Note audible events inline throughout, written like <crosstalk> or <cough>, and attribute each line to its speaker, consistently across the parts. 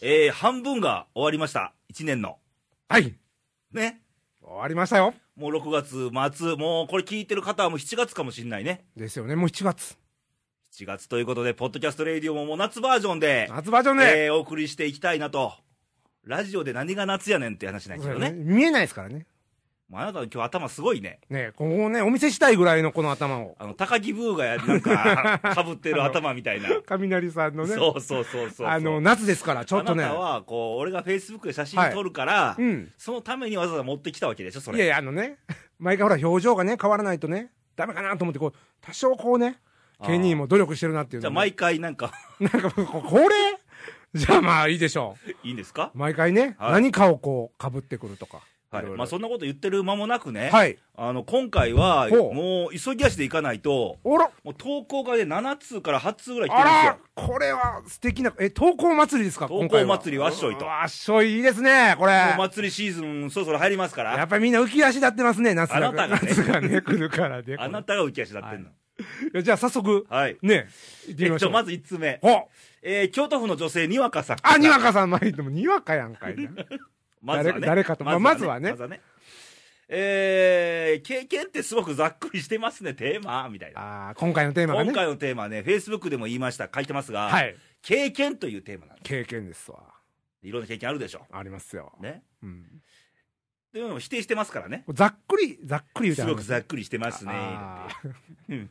Speaker 1: えー、半分が終わりました。1年の。
Speaker 2: はい。
Speaker 1: ね。
Speaker 2: 終わりましたよ。
Speaker 1: もう6月末、もうこれ聞いてる方はもう7月かもしんないね。
Speaker 2: ですよね、もう7月。
Speaker 1: 7月ということで、ポッドキャストレイディオももう夏バージョンで、
Speaker 2: 夏バージョンね。
Speaker 1: えーお送りしていきたいなと。ラジオで何が夏やねんって話なんですけどね。
Speaker 2: 見えないですからね。
Speaker 1: もうあなたの今日頭すごいね。
Speaker 2: ねここをね、お見せしたいぐらいのこの
Speaker 1: <laughs>
Speaker 2: 頭を。
Speaker 1: あの、高木ブー
Speaker 2: <laughs>
Speaker 1: がやなんか、かぶってる頭みたいな。
Speaker 2: 雷さんのね、
Speaker 1: そうそうそうそう。
Speaker 2: あの、夏ですから、ちょっとね
Speaker 1: あな。たは、こう、俺がフェイスブックで写真撮るから、
Speaker 2: うん。
Speaker 1: そのためにわざわざ持ってきたわけでしょ、そ
Speaker 2: い
Speaker 1: れ。
Speaker 2: やいや、あのね、 <laughs> 毎回ほら、表情がね、変わらないとね、ダメかなと思って、こう、多少こうね、
Speaker 1: あー
Speaker 2: ケニーも努力してるなっていう
Speaker 1: じゃあ
Speaker 2: のも、
Speaker 1: 毎回なんか、 <laughs>
Speaker 2: <laughs> なんか、ここれじゃあまあいいでしょ
Speaker 1: いいんですか
Speaker 2: う。毎回ね、
Speaker 1: はい
Speaker 2: 何かをこう、かぶってくるとか。
Speaker 1: はい。
Speaker 2: ろろ
Speaker 1: まあそんなこと言ってる間もなくね、
Speaker 2: はい。
Speaker 1: あの、今回は、
Speaker 2: ほう
Speaker 1: もう急ぎ足でいかないと、
Speaker 2: おら
Speaker 1: もう投稿がね、7通から8通ぐらい来て
Speaker 2: あ
Speaker 1: るんです
Speaker 2: ら
Speaker 1: よ。
Speaker 2: これは素敵な、え、投稿祭りですか
Speaker 1: 投稿
Speaker 2: 今回は
Speaker 1: 祭りわっしょいと
Speaker 2: うわわっしょいいいですね、これ。
Speaker 1: もう祭りシーズンそろそろ入りますか
Speaker 2: や
Speaker 1: ら、
Speaker 2: っぱりみんな浮き足立ってますね、夏が。
Speaker 1: あなたがね
Speaker 2: 夏がね、来るからね。
Speaker 1: あなたが浮き足立ってんの。
Speaker 2: いやじゃあ早速、
Speaker 1: はい。
Speaker 2: ね、行っ
Speaker 1: え
Speaker 2: てみ
Speaker 1: っ
Speaker 2: ましょ
Speaker 1: と、
Speaker 2: う。
Speaker 1: まず1通目。
Speaker 2: ほ
Speaker 1: えー京都府の女性、にわかさん。
Speaker 2: あ、にわかさん、まい、でもにわかやんかいな。
Speaker 1: まずはね。
Speaker 2: 誰誰かとまあまずはね
Speaker 1: まずはね。えー、経験ってすごくざっくりしてますね、テーマ、みたいな。
Speaker 2: あー今回のテーマが
Speaker 1: 今
Speaker 2: ね。
Speaker 1: 回のテーマはね、Facebook でも言いました、書いてますが、
Speaker 2: はい。
Speaker 1: 経験というテーマなんで
Speaker 2: 経験ですわ。
Speaker 1: す。いろんな経験あるでしょ。
Speaker 2: ありますよ。
Speaker 1: ね。
Speaker 2: うん。
Speaker 1: というのも否定してますからね。
Speaker 2: ざっくり、ざっくり言う
Speaker 1: す
Speaker 2: ては
Speaker 1: ご
Speaker 2: る
Speaker 1: くざっくりしてますね。
Speaker 2: あー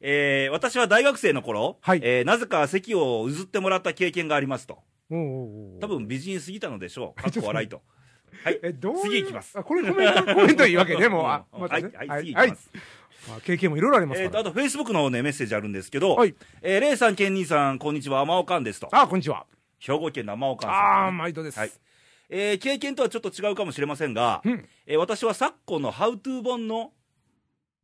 Speaker 1: えー私は大学生の頃、
Speaker 2: はい
Speaker 1: えーなぜか席を譲ってもらった経験がありますと。
Speaker 2: おうおうおう
Speaker 1: 多分美人すぎたのでし
Speaker 2: <laughs>
Speaker 1: ょう。かっこ笑いと。
Speaker 2: え、どういう
Speaker 1: 次行きます
Speaker 2: あこれコメント、コメントいいわけね、もう。あ
Speaker 1: うん
Speaker 2: またね
Speaker 1: はい、はい、次行
Speaker 2: は
Speaker 1: き
Speaker 2: い
Speaker 1: ま。す。
Speaker 2: まあ経験もいろいろあります
Speaker 1: えー
Speaker 2: か
Speaker 1: と、
Speaker 2: ら。
Speaker 1: あと、Facebook の方ね、メッセージあるんですけど、
Speaker 2: はい。
Speaker 1: えー、レイさん、ケンニーさん、こんにちは、天岡んですと。
Speaker 2: あ、こんにちは。
Speaker 1: 兵庫県の天岡
Speaker 2: あ
Speaker 1: さ
Speaker 2: あ、
Speaker 1: ん、
Speaker 2: 毎度です。
Speaker 1: はいえー経験とはちょっと違うかもしれませんが、
Speaker 2: うん
Speaker 1: えー私は昨今のハウトゥー本の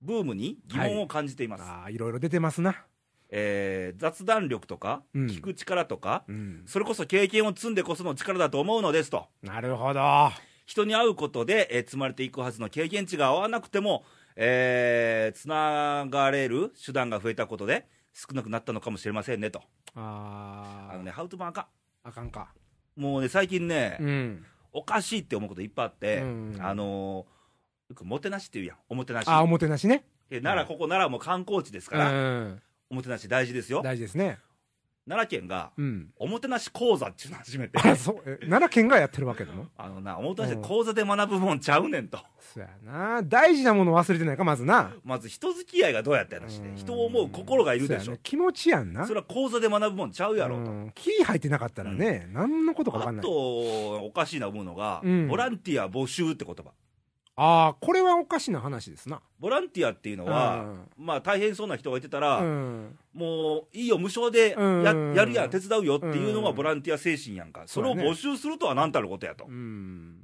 Speaker 1: ブームに疑問を感じています。
Speaker 2: ああ、いろいろ出てますな。
Speaker 1: えー雑談力とか、
Speaker 2: うん
Speaker 1: 聞く力とか、
Speaker 2: うん。
Speaker 1: それこそ経験を積んでこその力だと思うのですと。
Speaker 2: なるほど。あ
Speaker 1: 人に会うことで、えー積まれていくはずの経験値が合わなくても、えーつながれる手段が増えたことで、少なくなったのかもしれませんねと。あ
Speaker 2: あ
Speaker 1: のね、ハウトゥー本あか
Speaker 2: あかんか。
Speaker 1: んもうね、最近ね、
Speaker 2: うん。
Speaker 1: おかしいって思うこといっぱいあって、
Speaker 2: うん
Speaker 1: あのーよくもてなしって言うやん、おもてなし。
Speaker 2: ああ、おもてなしね。
Speaker 1: え奈良、ここ奈良も観光地です
Speaker 2: う
Speaker 1: から、
Speaker 2: ん。
Speaker 1: おもてなし大事ですよ。
Speaker 2: 大事ですね。
Speaker 1: 奈良県が、
Speaker 2: うん。
Speaker 1: おもてなし講座っていうのを始めて、
Speaker 2: あそう、え奈良県がやってるわけなの
Speaker 1: あのな、おもてなしで講座で学ぶもんちゃうねんと。
Speaker 2: そやな。大事なもの忘れてないか、まずな。
Speaker 1: まず人付き合いがどうやって話で、人を思う心がいるでし
Speaker 2: そうや
Speaker 1: ょ
Speaker 2: ね。気持ちやんな。
Speaker 1: それは講座で学ぶもんちゃうやろ
Speaker 2: う
Speaker 1: と。
Speaker 2: ん気入ってなかったらね、何のことか分か
Speaker 1: あ
Speaker 2: んない。
Speaker 1: と、おかしいな思うのが、
Speaker 2: うん
Speaker 1: ボランティア募集って言葉。
Speaker 2: ああ、これはおかしな話ですな。
Speaker 1: ボランティアっていうのは、まあ大変そうな人がいてたら、
Speaker 2: うん。
Speaker 1: もういいよ、無償でや,、
Speaker 2: うん
Speaker 1: やるやん、手伝うよっていうのが
Speaker 2: うん
Speaker 1: ボランティア精神やんか、そ
Speaker 2: そう
Speaker 1: れを
Speaker 2: だね
Speaker 1: 募集するとは何たることやと
Speaker 2: う、ん。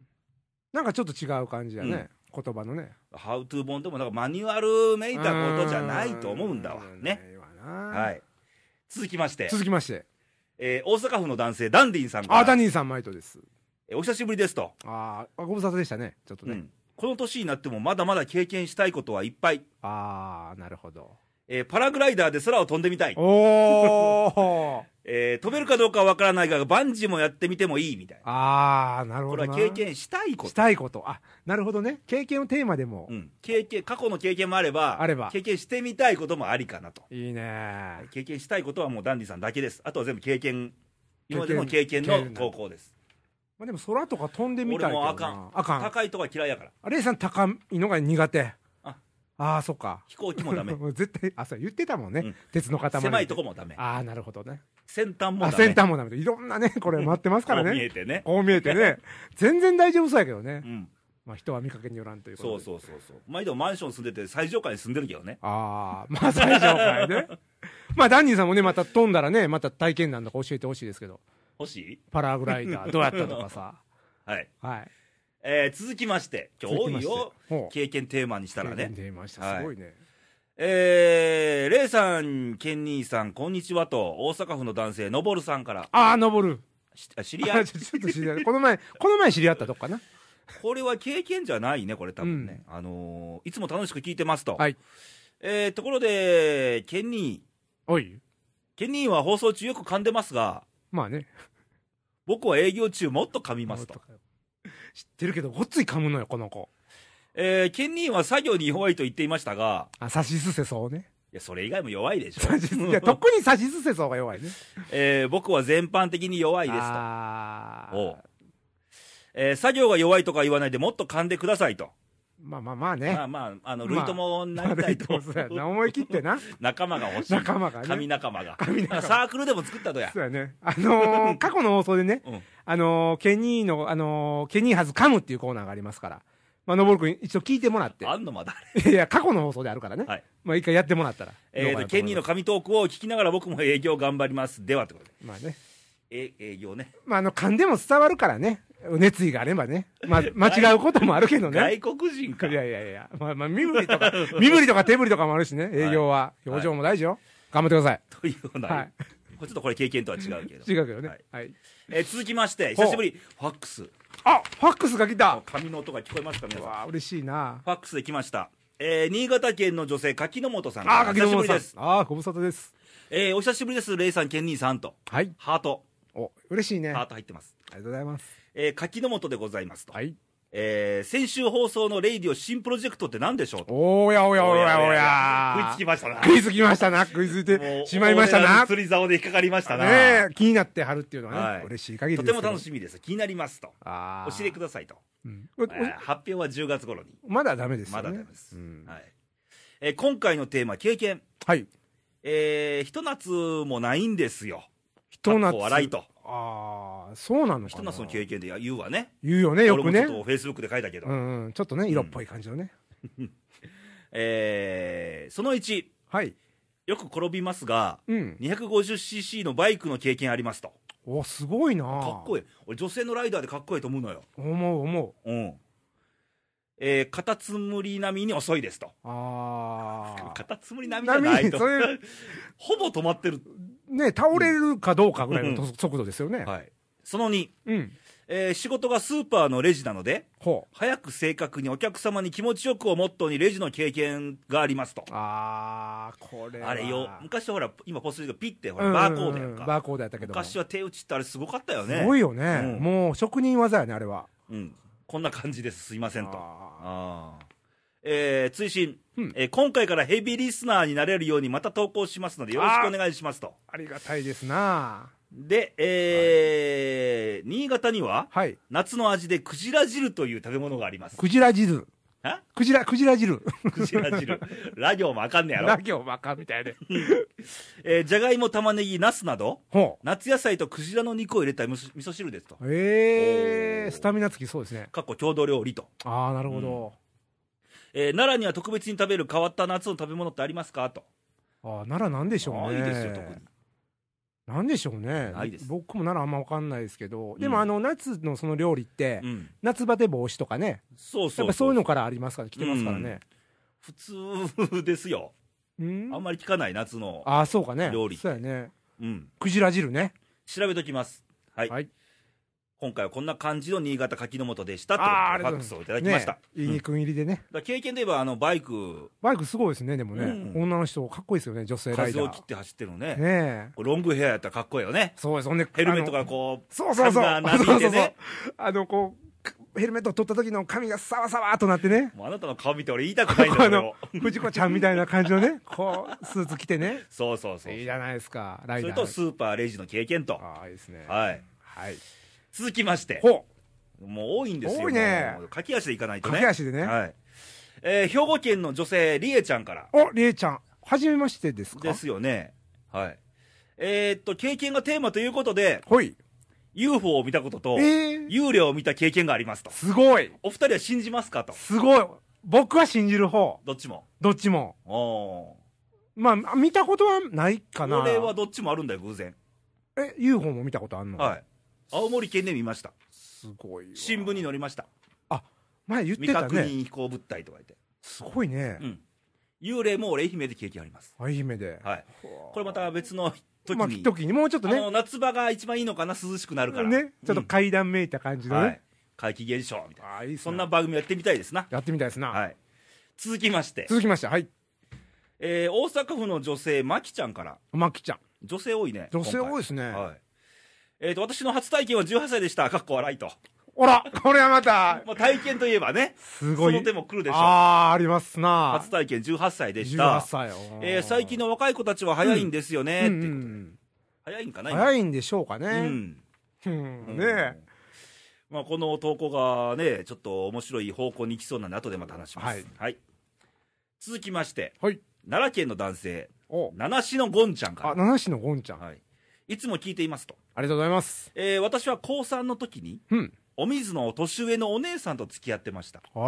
Speaker 2: なんかちょっと違う感じやね。言葉のね。
Speaker 1: ハウトゥー本でもなんかマニュアルめいたことじゃないと思うんだわ、
Speaker 2: ん
Speaker 1: ね。。
Speaker 2: は。
Speaker 1: はいい、続きまして、
Speaker 2: 続きまして。
Speaker 1: えー大阪府の男性、ダンディンさんか
Speaker 2: あ、ダ
Speaker 1: ら、
Speaker 2: ニーさん、マイトです。
Speaker 1: えーお久しぶりですと、
Speaker 2: あーあ、ご無沙汰でしたね。ちょっとね。
Speaker 1: うんこの年になってもまだまだ経験したいことはいっぱい、
Speaker 2: ああ、なる
Speaker 1: <laughs>
Speaker 2: ほど。
Speaker 1: えーパラグライダーで空を飛んでみたい、
Speaker 2: おー
Speaker 1: えー飛べるかどうかはわからないが、バンジーもやってみてもいいみたいな、
Speaker 2: ああ、なるほ
Speaker 1: こ
Speaker 2: ど
Speaker 1: れ
Speaker 2: な。
Speaker 1: は経験したいこと
Speaker 2: し。たいこと。あ、なるほどね。経験をテーマでも
Speaker 1: う。ん、経験過去の経験もあれば
Speaker 2: あれば
Speaker 1: 経験してみたいこともありかなと
Speaker 2: いいね。
Speaker 1: 経験したいことはもうダンディさんだけですあとは全部経験今までの経験の投稿です
Speaker 2: まあでも空とか飛んでみたいけどな。
Speaker 1: 俺もあかん
Speaker 2: あかん。
Speaker 1: 高いとか嫌いやから
Speaker 2: あれさん高いのが苦手。
Speaker 1: あ
Speaker 2: ああー、そっか。
Speaker 1: 飛行機もダ
Speaker 2: <laughs>
Speaker 1: メ
Speaker 2: 絶対、あ、そう言ってたもんね。
Speaker 1: うん
Speaker 2: 鉄の塊。
Speaker 1: 狭いとこもダメ
Speaker 2: ああ、なるほどね。
Speaker 1: 先端も
Speaker 2: あ、
Speaker 1: ダメ
Speaker 2: 先端もダメだ。いろんなね、これ待ってますから
Speaker 1: <laughs> こう見え
Speaker 2: ね。
Speaker 1: てね
Speaker 2: こう見えてね。全然大丈夫そうやけどね
Speaker 1: う。ん
Speaker 2: まあ人は見かけによらんということで。
Speaker 1: そうそうそうそう毎度マンション住んでて最上階に住んでるけどね
Speaker 2: ああ、まあ最上
Speaker 1: <laughs>
Speaker 2: 階ね。まあダンディさんもね、また飛んだらね、また体験談とか教えてほしいですけど。
Speaker 1: 欲しい
Speaker 2: パラグライ
Speaker 1: <laughs>
Speaker 2: ダーどうやったとかさ。
Speaker 1: はい、
Speaker 2: はい。
Speaker 1: えー続きまして今日多いよ
Speaker 2: ほう
Speaker 1: 経験テーマにしたら
Speaker 2: 経験
Speaker 1: ね
Speaker 2: 出ました
Speaker 1: はい
Speaker 2: すごいね。
Speaker 1: えー、レイさんケンニーさんこんにちはと大阪府の男性のぼるさんから
Speaker 2: ああ、登る。
Speaker 1: し知
Speaker 2: い
Speaker 1: り合い
Speaker 2: ちょちょっと知り合い。この前、この前知り合ったとこかな。
Speaker 1: これは経験じゃないね、これ、多分ね、あのーいつも楽しく聞いてますと、
Speaker 2: はい
Speaker 1: えーところで、ケニー、
Speaker 2: おい。
Speaker 1: ケニーは放送中、よく噛んでますが、
Speaker 2: まあね。
Speaker 1: 僕は営業中もっと噛みますと。
Speaker 2: 知ってるけど、ごっつい噛むのよ、この子。
Speaker 1: えー、ケンニーは作業に弱いと言っていましたが、
Speaker 2: あ、さしすせそうね。
Speaker 1: いや、それ以外も弱いでしょ。
Speaker 2: さしす <laughs> いや特にさしすせそうが弱いね。
Speaker 1: <laughs> えー僕は全般的に弱いですと。
Speaker 2: あー
Speaker 1: おうえー作業が弱いとか言わないでもっと噛んでくださいと。
Speaker 2: まあまあまあね。
Speaker 1: まあまあ、あの、類ともなりたいと。
Speaker 2: 悪いとこそうやな思い切っ
Speaker 1: <laughs>
Speaker 2: てな。
Speaker 1: 仲間が欲しい。
Speaker 2: 仲間がね
Speaker 1: 神仲間が。
Speaker 2: 神仲間
Speaker 1: サークルでも作ったとや。
Speaker 2: そうやね。あの
Speaker 1: <laughs>
Speaker 2: ー過去の放送でね、
Speaker 1: うん
Speaker 2: あのーケニーの、あのーケニーハズカムっていうコーナーがありますから。まあ、のぼるくん一度聞いてもらって。
Speaker 1: あんのまだ。
Speaker 2: いや、過去の放送であるからね。
Speaker 1: はい
Speaker 2: まあ、一回やってもらったら。
Speaker 1: えーと、ケンニーの
Speaker 2: 動
Speaker 1: 神トークを聞きながら僕も営業頑張ります。では、ってことで。
Speaker 2: 画になると思います。まあね。
Speaker 1: え、営業ね。
Speaker 2: まあ、あの、勘でも伝わるからね。熱意があればね。
Speaker 1: <laughs>
Speaker 2: まあ、間違うこともあるけどね。
Speaker 1: 外国人
Speaker 2: い
Speaker 1: か。
Speaker 2: やいやいや。まあ、まあ、身振
Speaker 1: <laughs>
Speaker 2: りとか、身振りとか手振りとかもあるしね。営業は。
Speaker 1: い
Speaker 2: 表情も大事よ。頑張ってください。
Speaker 1: というような、
Speaker 2: はい
Speaker 1: これちょっとこれ経験とは違うけど。
Speaker 2: 違うけどね
Speaker 1: はい。
Speaker 2: はい。
Speaker 1: えー続きまして、
Speaker 2: ほう
Speaker 1: 久しぶり、ファックス。
Speaker 2: あ、ファックスが来た。
Speaker 1: 紙の音が聞こえますか、皆さん。
Speaker 2: わあ、嬉しいな。
Speaker 1: ファックスで来ました。えー新潟県の女性、柿の本さんから。
Speaker 2: あー、柿
Speaker 1: お久しぶ
Speaker 2: 本
Speaker 1: り
Speaker 2: さん
Speaker 1: です。。
Speaker 2: あー、ご無沙汰です。
Speaker 1: えーお久しぶりです、レイさん、ケンニーさんと。
Speaker 2: はい。
Speaker 1: ハート。
Speaker 2: お、嬉しいね。
Speaker 1: ハー
Speaker 2: あ
Speaker 1: ト入ってます。
Speaker 2: りがとうございます。
Speaker 1: えー柿の本でございますと。
Speaker 2: はい。
Speaker 1: えー先週放送のレイディオ新プロジェクトって何でしょうと。
Speaker 2: おやおやおやお
Speaker 1: お食い
Speaker 2: や
Speaker 1: つき。ましたな。
Speaker 2: 食いつきましたな。食いつい
Speaker 1: も
Speaker 2: て
Speaker 1: う
Speaker 2: しまいました
Speaker 1: 俺ら
Speaker 2: な。
Speaker 1: の釣り竿で引っかかりましたな。
Speaker 2: ねえ、気になってはるっていうの
Speaker 1: は
Speaker 2: はいね、嬉しい限り
Speaker 1: と
Speaker 2: ですけ
Speaker 1: て
Speaker 2: ど。
Speaker 1: も楽しみです。気になりますと。
Speaker 2: あ
Speaker 1: お
Speaker 2: ー
Speaker 1: 知りくださいと。
Speaker 2: うんこれ
Speaker 1: えー発表は10月頃に。
Speaker 2: まだダメですよ
Speaker 1: ま
Speaker 2: ね。
Speaker 1: だダメです。
Speaker 2: うん
Speaker 1: はいえー今回のテーマ、経験。
Speaker 2: はい。
Speaker 1: えー、ひと夏もないんですよ。
Speaker 2: ひと
Speaker 1: かっ
Speaker 2: 夏。
Speaker 1: こ笑いと。
Speaker 2: ああ、そうなの
Speaker 1: ひ
Speaker 2: か
Speaker 1: と
Speaker 2: な。
Speaker 1: 夏の経験で言うわね。
Speaker 2: 言うよね、よく
Speaker 1: 俺も
Speaker 2: ね
Speaker 1: ちょ。っとフェイスブックで書いたけど。
Speaker 2: うんうん、ちょっとね、色っぽい感じのね。
Speaker 1: えーその1、
Speaker 2: はい。
Speaker 1: よく転びますが、
Speaker 2: うん。
Speaker 1: 250cc のバイクの経験ありますと。
Speaker 2: お、すごいな
Speaker 1: かっこいい。俺女性のライダーでかっこいいと思うのよ。
Speaker 2: 思う思
Speaker 1: うん。えー、カタツムリ並みに遅いですと。
Speaker 2: う。あ
Speaker 1: カタツムリ並みじゃ
Speaker 2: 波
Speaker 1: ない
Speaker 2: に、
Speaker 1: と
Speaker 2: そ。れ、
Speaker 1: <laughs> ほぼ止まってる。
Speaker 2: ね、倒れるかどうかぐらいの
Speaker 1: う
Speaker 2: と速度ですよね。
Speaker 1: はい。その2、
Speaker 2: うん。
Speaker 1: えー仕事がスーパーのレジなので、
Speaker 2: ほ
Speaker 1: 早く正確にお客様に気持ちよくをモットーにレジの経験がありますと。
Speaker 2: う。ああ、これは。
Speaker 1: あれよ、昔はほら、今ポストがピッて、ほ
Speaker 2: う
Speaker 1: ら、
Speaker 2: ん
Speaker 1: バーコードや
Speaker 2: うんん
Speaker 1: か。
Speaker 2: バーコードやったけども。
Speaker 1: 昔は手打ちってあれすごかったよね。
Speaker 2: すごいよね。
Speaker 1: うん
Speaker 2: もう職人技やね、あれは。
Speaker 1: うん、こんな感じです、すいませんと。
Speaker 2: あ
Speaker 1: あーえー追伸、
Speaker 2: うん
Speaker 1: えー今回からヘビーリスナーになれるようにまた投稿しますので、よろしくお願いしますと。
Speaker 2: ーありがたいですな
Speaker 1: で、えー新潟には、
Speaker 2: はい。
Speaker 1: 夏の味でクジラ汁という食べ物があり
Speaker 2: <laughs>
Speaker 1: ます。
Speaker 2: クジラ汁。
Speaker 1: あ
Speaker 2: クジラ、クジラ汁。
Speaker 1: クジラ汁。ラ行もあかんねや
Speaker 2: <laughs>
Speaker 1: ろ
Speaker 2: ラ。行バカみたいで。
Speaker 1: えーじゃがいも、玉ねぎ、ナスなど、
Speaker 2: ほ
Speaker 1: 夏野菜とクジラの肉を入れた味噌味噌汁ですと。
Speaker 2: う。え
Speaker 1: おー
Speaker 2: ー、スタミナつきそうですね。
Speaker 1: かっこ郷土料理と。
Speaker 2: ああ、なるほど。
Speaker 1: えー奈良には特別に食べる変わった夏の食べ物ってありますかと。
Speaker 2: ああ、ならなんでしょうね。
Speaker 1: ないですよ、特に。
Speaker 2: なんでしょうね。
Speaker 1: ないです
Speaker 2: 僕もならあんまわかんないですけど。
Speaker 1: ん
Speaker 2: でも、あの、夏のその料理って、
Speaker 1: うん。
Speaker 2: 夏バテ防止とかね。
Speaker 1: そう
Speaker 2: や
Speaker 1: そ
Speaker 2: っ
Speaker 1: う
Speaker 2: ぱ
Speaker 1: そ
Speaker 2: そう
Speaker 1: う
Speaker 2: いうのからありますから、来てますからね。
Speaker 1: 普通ですよ、
Speaker 2: うん
Speaker 1: あんまり聞かない夏の、
Speaker 2: ああ、そうかね。
Speaker 1: 料理
Speaker 2: そうやね。
Speaker 1: うん、
Speaker 2: クジラ汁ね。
Speaker 1: 調べときます、はい、
Speaker 2: はい
Speaker 1: 今回はこんな感じの新潟柿の本でしたと
Speaker 2: あーあり
Speaker 1: ファ
Speaker 2: がと
Speaker 1: ックス
Speaker 2: うござ
Speaker 1: をい
Speaker 2: い
Speaker 1: ただきました、
Speaker 2: ねいい肉入りで
Speaker 1: だ
Speaker 2: ね。
Speaker 1: から経験で言えばあのバイク、
Speaker 2: バイクすごいですね、でもね。
Speaker 1: うん
Speaker 2: 女の人、かっこいいですよね、女性ライ
Speaker 1: 風
Speaker 2: ダ
Speaker 1: を切っ
Speaker 2: ー。
Speaker 1: て走ってるのね、
Speaker 2: ねえ。
Speaker 1: これロングヘアやったらかっこいいよね、
Speaker 2: そうです、ほんで、
Speaker 1: ヘルメット
Speaker 2: あ
Speaker 1: が
Speaker 2: の
Speaker 1: こう、
Speaker 2: そうそうそ
Speaker 1: 髪
Speaker 2: う。
Speaker 1: がなびいてね
Speaker 2: そうそうそうあの、こうか、ヘルメットを取った時の髪がサワサワーとなってね。
Speaker 1: もうあなたの顔見て俺、言いたくないんだ
Speaker 2: あ
Speaker 1: けど
Speaker 2: の、、藤子ちゃんみたいな感じのね、こう、スーツ着てね。
Speaker 1: そうそうそう、
Speaker 2: いいじゃないですか、ライ
Speaker 1: そ
Speaker 2: ダ
Speaker 1: れ
Speaker 2: ー。
Speaker 1: とスーパーレジの経験と、
Speaker 2: ああ、いいですね。
Speaker 1: はい、
Speaker 2: はい。
Speaker 1: 続きまして、
Speaker 2: ほ
Speaker 1: もう多いんですよ、
Speaker 2: 多いね
Speaker 1: もう駆け足で行かないとね、
Speaker 2: 駆け足でね
Speaker 1: はいえー兵庫県の女性、りえちゃんから。
Speaker 2: う。お、りえちゃん。はじめましてですか
Speaker 1: ですよね。はい。えーっと、経験がテーマということで、
Speaker 2: ほい。
Speaker 1: UFO を見たことと、
Speaker 2: ええ
Speaker 1: 幽霊を見た経験がありますと。
Speaker 2: すごい。
Speaker 1: お二人は信じますかと。
Speaker 2: すごい。僕は信じる方。
Speaker 1: どっちも。
Speaker 2: どっちも。
Speaker 1: おー。
Speaker 2: まあ、見たことはないかな。
Speaker 1: 俺はどっちもあるんだよ、偶然。
Speaker 2: え、UFO も見たことあんの
Speaker 1: はい。青森県で見ました。
Speaker 2: すごいわ。
Speaker 1: 新聞に載りました。
Speaker 2: 前言っ
Speaker 1: 未
Speaker 2: てた
Speaker 1: 確
Speaker 2: ね。
Speaker 1: 認飛行物体とか言って。
Speaker 2: すごいね
Speaker 1: う。ん。幽霊も俺愛媛で経験あります。
Speaker 2: 愛媛で。
Speaker 1: はい。これまた別の時
Speaker 2: まあ、
Speaker 1: に。
Speaker 2: 時にもうちょっと
Speaker 1: あ
Speaker 2: ね
Speaker 1: の、、夏場が一番いいのかな、涼しくなるから。
Speaker 2: ね、ちょっと
Speaker 1: うん
Speaker 2: 階段めいた感じの
Speaker 1: はい
Speaker 2: ね。。
Speaker 1: 怪奇現象みたいな。
Speaker 2: ああ、いいっすね
Speaker 1: そんな番組やってみたいですな。
Speaker 2: やってみたいですな。
Speaker 1: はい。続きまして、
Speaker 2: 続きまして、はい。
Speaker 1: えー大阪府の女性、まきちゃんから、
Speaker 2: まきちゃん。
Speaker 1: 女性多いね。
Speaker 2: 女性多い
Speaker 1: い
Speaker 2: ですね。
Speaker 1: はい。えー、と私の初体験は18歳でした、かっこ笑いと、
Speaker 2: ほら、これはまた、
Speaker 1: まあ、体験といえばね、
Speaker 2: すごい。
Speaker 1: その手も来るでしょう
Speaker 2: ああ、ありますな
Speaker 1: 初。体験18歳でし
Speaker 2: 18
Speaker 1: た、
Speaker 2: 歳よ。
Speaker 1: えー最近の若い子たちは早いんですよねって
Speaker 2: う
Speaker 1: い
Speaker 2: ん
Speaker 1: う
Speaker 2: う
Speaker 1: こと、
Speaker 2: ん
Speaker 1: 早いんかな、今
Speaker 2: 早いんでしょうかね。
Speaker 1: うん
Speaker 2: うんね
Speaker 1: まあ、この投稿がね、ちょっと面白い方向に行きそうなんで、後でまた話します。
Speaker 2: はい
Speaker 1: 続きまして、
Speaker 2: はい
Speaker 1: 奈良県の男性、
Speaker 2: お
Speaker 1: 七種のゴンちゃん
Speaker 2: あ、
Speaker 1: か
Speaker 2: 七種のゴンちゃん。
Speaker 1: ら、
Speaker 2: あ
Speaker 1: はい、いつも聞いていますと、
Speaker 2: りがとうございます。
Speaker 1: えー私は高3の時に、
Speaker 2: うん。
Speaker 1: お水の年上のお姉さんと付き合ってました。
Speaker 2: あ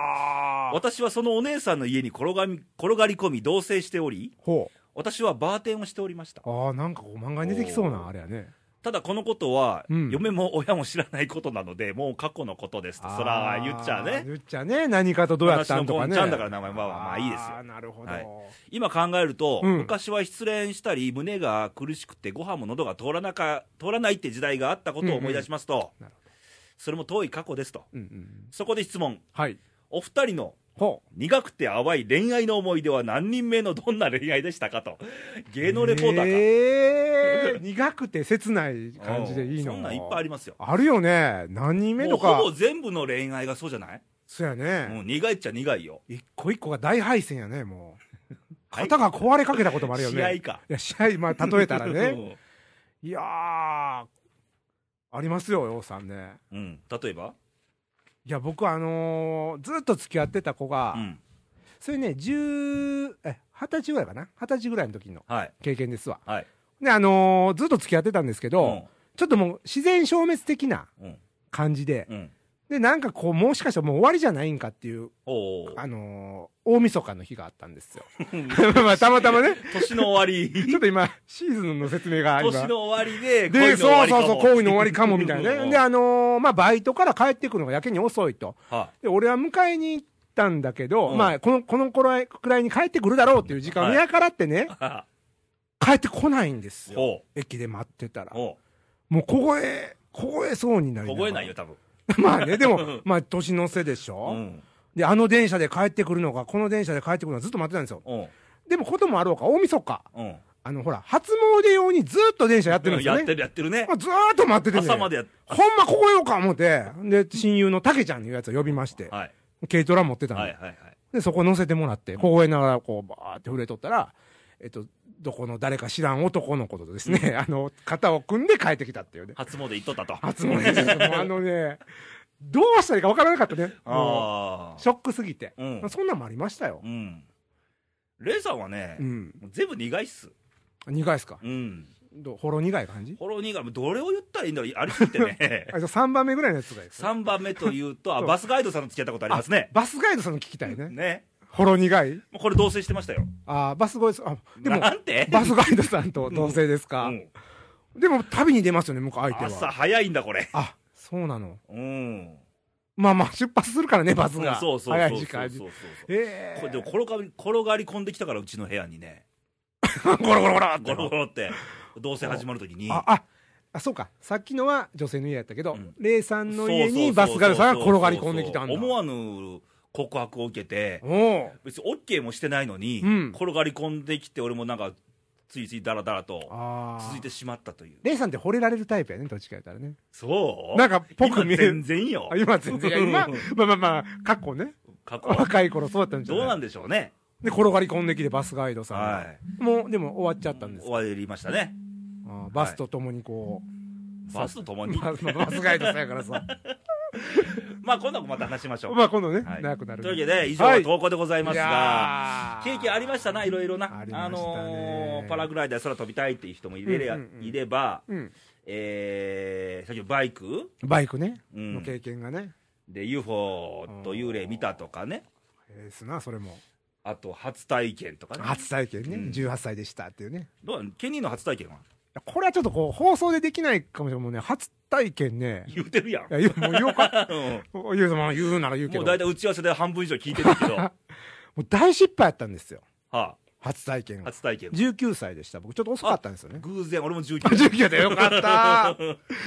Speaker 2: らー。
Speaker 1: 私はそのお姉さんの家に転がみ転がり込み、同棲しており、
Speaker 2: ほう。
Speaker 1: 私はバーテンをしておりました。
Speaker 2: ああ、なんかこう漫画に出てきそう
Speaker 1: お
Speaker 2: な、
Speaker 1: ー
Speaker 2: あれやね。
Speaker 1: ただこのことは、
Speaker 2: うん
Speaker 1: 嫁も親も知らないことなので、もう過去のことですと、そら言っちゃう
Speaker 2: あー
Speaker 1: ね。
Speaker 2: 言っちゃね。何かとどうやったんとか
Speaker 1: 話のゴ
Speaker 2: ね。
Speaker 1: ンちゃんだから名前まあまあまあいいですよ
Speaker 2: あーなるほど。
Speaker 1: はい今考えると、
Speaker 2: うん
Speaker 1: 昔は失恋したり、胸が苦しくて、ご飯も喉が通らなか通らないって時代があったことを思い出しますと、
Speaker 2: うんうんなる
Speaker 1: それも遠い過去ですと、
Speaker 2: うんうん。
Speaker 1: そこで質問、
Speaker 2: はい。
Speaker 1: お二人の
Speaker 2: ほう。
Speaker 1: 苦くて淡い恋愛の思い出は何人目のどんな恋愛でしたかと、芸能レポーターか、
Speaker 2: えー、苦くて切ない感じでいい
Speaker 1: う
Speaker 2: の
Speaker 1: んそんなんいっぱいありますよ、
Speaker 2: あるよね。何人目
Speaker 1: もう
Speaker 2: と
Speaker 1: ほ
Speaker 2: か。
Speaker 1: ぼ全部の恋愛がそうじゃない、
Speaker 2: そう
Speaker 1: も
Speaker 2: やね。
Speaker 1: う苦いっちゃ苦いよ、
Speaker 2: 一個一個が大敗戦やね、もう。
Speaker 1: はい
Speaker 2: 肩が壊れかけたこともあるよね。
Speaker 1: 試合か。
Speaker 2: いや、試合、まあ、例え
Speaker 1: <laughs>
Speaker 2: たらね。
Speaker 1: ね、
Speaker 2: いやー、ありますよ、洋さんね。
Speaker 1: うん、例えば、
Speaker 2: いや、僕、あのーずっと付き合ってた子が、
Speaker 1: うん、
Speaker 2: それね、十、え、二十歳ぐらいかな二十歳ぐらいの時の
Speaker 1: はい、
Speaker 2: 経験ですわ。
Speaker 1: はい、
Speaker 2: で、あのーずっと付き合ってたんですけど、ちょっともう自然消滅的な
Speaker 1: うん、うん、
Speaker 2: 感じで、
Speaker 1: うん、
Speaker 2: で、なんかこう、もしかしたらもう終わりじゃないんかっていう、
Speaker 1: おー
Speaker 2: あのー大晦日の日があったんですよ。 <laughs> まあ、たまたまね、
Speaker 1: 年の終わり。
Speaker 2: <laughs> ちょっと今、シーズンの説明が今
Speaker 1: 年の終わりで、
Speaker 2: で、
Speaker 1: 恋の終
Speaker 2: そ
Speaker 1: わ
Speaker 2: う
Speaker 1: りか
Speaker 2: そう
Speaker 1: も
Speaker 2: そう、恋の終わりかもみたい
Speaker 1: うんう
Speaker 2: なん
Speaker 1: <laughs>
Speaker 2: ね。で、あのーまあ、バイトから帰ってくるのがやけに遅いと。
Speaker 1: は
Speaker 2: で、俺は迎えに行ったんだけど、
Speaker 1: うん
Speaker 2: まあ、この、この頃くらいに帰ってくるだろうっていう時間をやからってね、
Speaker 1: あ
Speaker 2: 帰ってこないんですよ。
Speaker 1: ほ
Speaker 2: 駅で待ってたら
Speaker 1: う、。ほ
Speaker 2: もう凍え、凍えそうにな
Speaker 1: う、
Speaker 2: りがら
Speaker 1: 凍えないよ、。多分。
Speaker 2: <laughs> まあね、でも、まあ、年の瀬でしょ、
Speaker 1: うん、
Speaker 2: で、あの電車で帰ってくるのか、この電車で帰ってくるのかずっと待ってたんですよ。
Speaker 1: うん、
Speaker 2: でも、こともあろうか、大晦日。
Speaker 1: うん。
Speaker 2: あの、ほら、初詣用にずっと電車やってるんですよ
Speaker 1: や
Speaker 2: ね。
Speaker 1: ってる、やってるね
Speaker 2: ま。あずーっと待ってて、ね。
Speaker 1: 朝までやっ
Speaker 2: ほんまここようか思って、で、親友のたけちゃんいうやつを呼びまして、
Speaker 1: はい、
Speaker 2: 軽トラ持ってたんで、
Speaker 1: はい、はい、はい。
Speaker 2: で、そこ乗せてもらって、微笑みながらこう、バーって触れとったら、えっと、どこの誰か知らん男のことですね、 <laughs> あの、肩を組んで帰ってきたっていうね。
Speaker 1: 初詣行っとったと。
Speaker 2: 初詣です。もうあのね、どうしたらいいかわからなかったね。も
Speaker 1: あ
Speaker 2: う
Speaker 1: あ。
Speaker 2: ショックすぎて。
Speaker 1: うん
Speaker 2: まあそんなんもありましたよ
Speaker 1: う。ん。レイさんはね
Speaker 2: う、ん。
Speaker 1: もう全部苦いっす。
Speaker 2: 苦いっすか
Speaker 1: うん。
Speaker 2: どうほろ苦い感じ
Speaker 1: ほろ苦い。どれを言ったらいいんだろう、ありすぎて
Speaker 2: <laughs>。
Speaker 1: ね
Speaker 2: あ、3番目ぐらいのやつがいいですか
Speaker 1: 3番目というと、あ
Speaker 2: そう
Speaker 1: バスガイドさんと付き合ったことありますね。
Speaker 2: バスガイドさんの聞きたいね。
Speaker 1: ね。
Speaker 2: ほろ苦い
Speaker 1: もうこれ同棲してましたよ。
Speaker 2: あーバスゴイドさん、あ、でも、
Speaker 1: なんて
Speaker 2: バスガイドさんと同棲ですか、
Speaker 1: うん
Speaker 2: でも旅に出ますよね向こう相手は
Speaker 1: 朝早いんだ、これ。
Speaker 2: あそうなの
Speaker 1: うん。
Speaker 2: まあまあ出発するからねバス
Speaker 1: うん
Speaker 2: が、
Speaker 1: そうそうそう
Speaker 2: 早
Speaker 1: そ
Speaker 2: いう時間に
Speaker 1: そうそうそう
Speaker 2: え
Speaker 1: こ
Speaker 2: え
Speaker 1: れでも転がり転がり込んできたからうちの部屋にね
Speaker 2: <laughs> ゴロゴロゴロって
Speaker 1: ゴロゴロって同棲始まるときに
Speaker 2: あああそうかさっきのは女性の家やったけど、
Speaker 1: うん
Speaker 2: レイさんの家に
Speaker 1: そう
Speaker 2: バ
Speaker 1: そうそうそう
Speaker 2: スガイドさんが転がり込んできたんだ
Speaker 1: 思わぬ告白を受けて
Speaker 2: おう
Speaker 1: 別に OK もしてないのに、
Speaker 2: うん
Speaker 1: 転がり込んできて俺もなんかついついダラダラと
Speaker 2: あー
Speaker 1: 続いてしまったという
Speaker 2: レイさんって惚れられるタイプやねどっちかやったらね
Speaker 1: そう
Speaker 2: なんかぽく見え
Speaker 1: 今全
Speaker 2: る
Speaker 1: 然よ
Speaker 2: あ今全然い
Speaker 1: <laughs>
Speaker 2: や今まあまあまあ過去ね
Speaker 1: 過去は
Speaker 2: 若い頃そうだったんじゃ
Speaker 1: どう
Speaker 2: ない
Speaker 1: なんでしょうね
Speaker 2: で転がり込んできてバスガイドさんが、
Speaker 1: は
Speaker 2: もうでも終わっちゃったん
Speaker 1: い
Speaker 2: です
Speaker 1: 終わりましたね
Speaker 2: あーバスとともにこう、
Speaker 1: バスとともに
Speaker 2: バスバスガイドさんやか
Speaker 1: <laughs>
Speaker 2: らさ
Speaker 1: まあ今度また話しましょう、
Speaker 2: まあ今度ね、
Speaker 1: はい
Speaker 2: 長くなる
Speaker 1: というわけで以上は投稿でございますが、
Speaker 2: が
Speaker 1: 経験ありましたな、いろいろな、
Speaker 2: ありましたね
Speaker 1: のーパラグライダー、空飛びたいっていう人もいれ,、
Speaker 2: うんうんうん
Speaker 1: いれば、
Speaker 2: うん、
Speaker 1: えー、先ほどバイク、
Speaker 2: バイクね、
Speaker 1: うん
Speaker 2: の経験がね
Speaker 1: で UFO と幽霊見たとかね、
Speaker 2: ええっすなそれも
Speaker 1: あと初体験とかね、
Speaker 2: 初体験ね、
Speaker 1: うん
Speaker 2: 18歳でしたっていうね
Speaker 1: どうなのケニーの初体験はい <laughs>
Speaker 2: やこれはちょっとこう放送でできないかもしれないもうね初体験ね
Speaker 1: 言うてるやん、
Speaker 2: いや言うもう言おうか <laughs>
Speaker 1: うん
Speaker 2: 言う,、まあ、言うなら言うけ
Speaker 1: も
Speaker 2: ど
Speaker 1: う大体打ち合わせで半分以上聞いてるけ
Speaker 2: <laughs>
Speaker 1: ど、は
Speaker 2: もう大失敗やったんですよ
Speaker 1: あ、
Speaker 2: 初体験が
Speaker 1: 初体験、
Speaker 2: 19歳でした僕ちょっと遅かったんですよね
Speaker 1: 偶然、俺も19
Speaker 2: 19でよかった、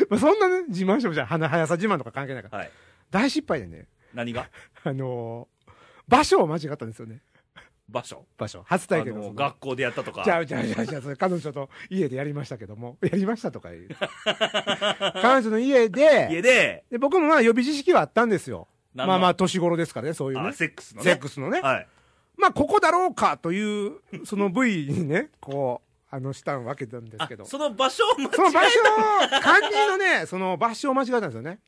Speaker 2: まあ、そんなね自慢してもじゃん花速さ自慢とか関係ないか
Speaker 1: <laughs>
Speaker 2: ら
Speaker 1: はい、
Speaker 2: 大失敗でね
Speaker 1: 何が
Speaker 2: あのー場所を間違ったんですよね
Speaker 1: 場所
Speaker 2: 場所初体験
Speaker 1: あ
Speaker 2: の
Speaker 1: の
Speaker 2: その
Speaker 1: 学校でやったとか
Speaker 2: じゃあ、じゃあ、じゃあ、じゃあ、それ彼女と家でやりましたけども、や <laughs> りましたとか言う。彼女の家
Speaker 1: 家
Speaker 2: で、
Speaker 1: で、
Speaker 2: で僕もまあ予備知識はあったんですよ。
Speaker 1: 何の
Speaker 2: まあまあ年頃ですからね、そういう
Speaker 1: あ
Speaker 2: ね。
Speaker 1: セックスのね
Speaker 2: セックスのね。
Speaker 1: はい
Speaker 2: まあここだろうかという、その部位にね、こう、あの、したわけなんです
Speaker 1: あ
Speaker 2: けど。そ
Speaker 1: その場所を間違
Speaker 2: の場所を、肝心のね、その場所を間違えたんですよね。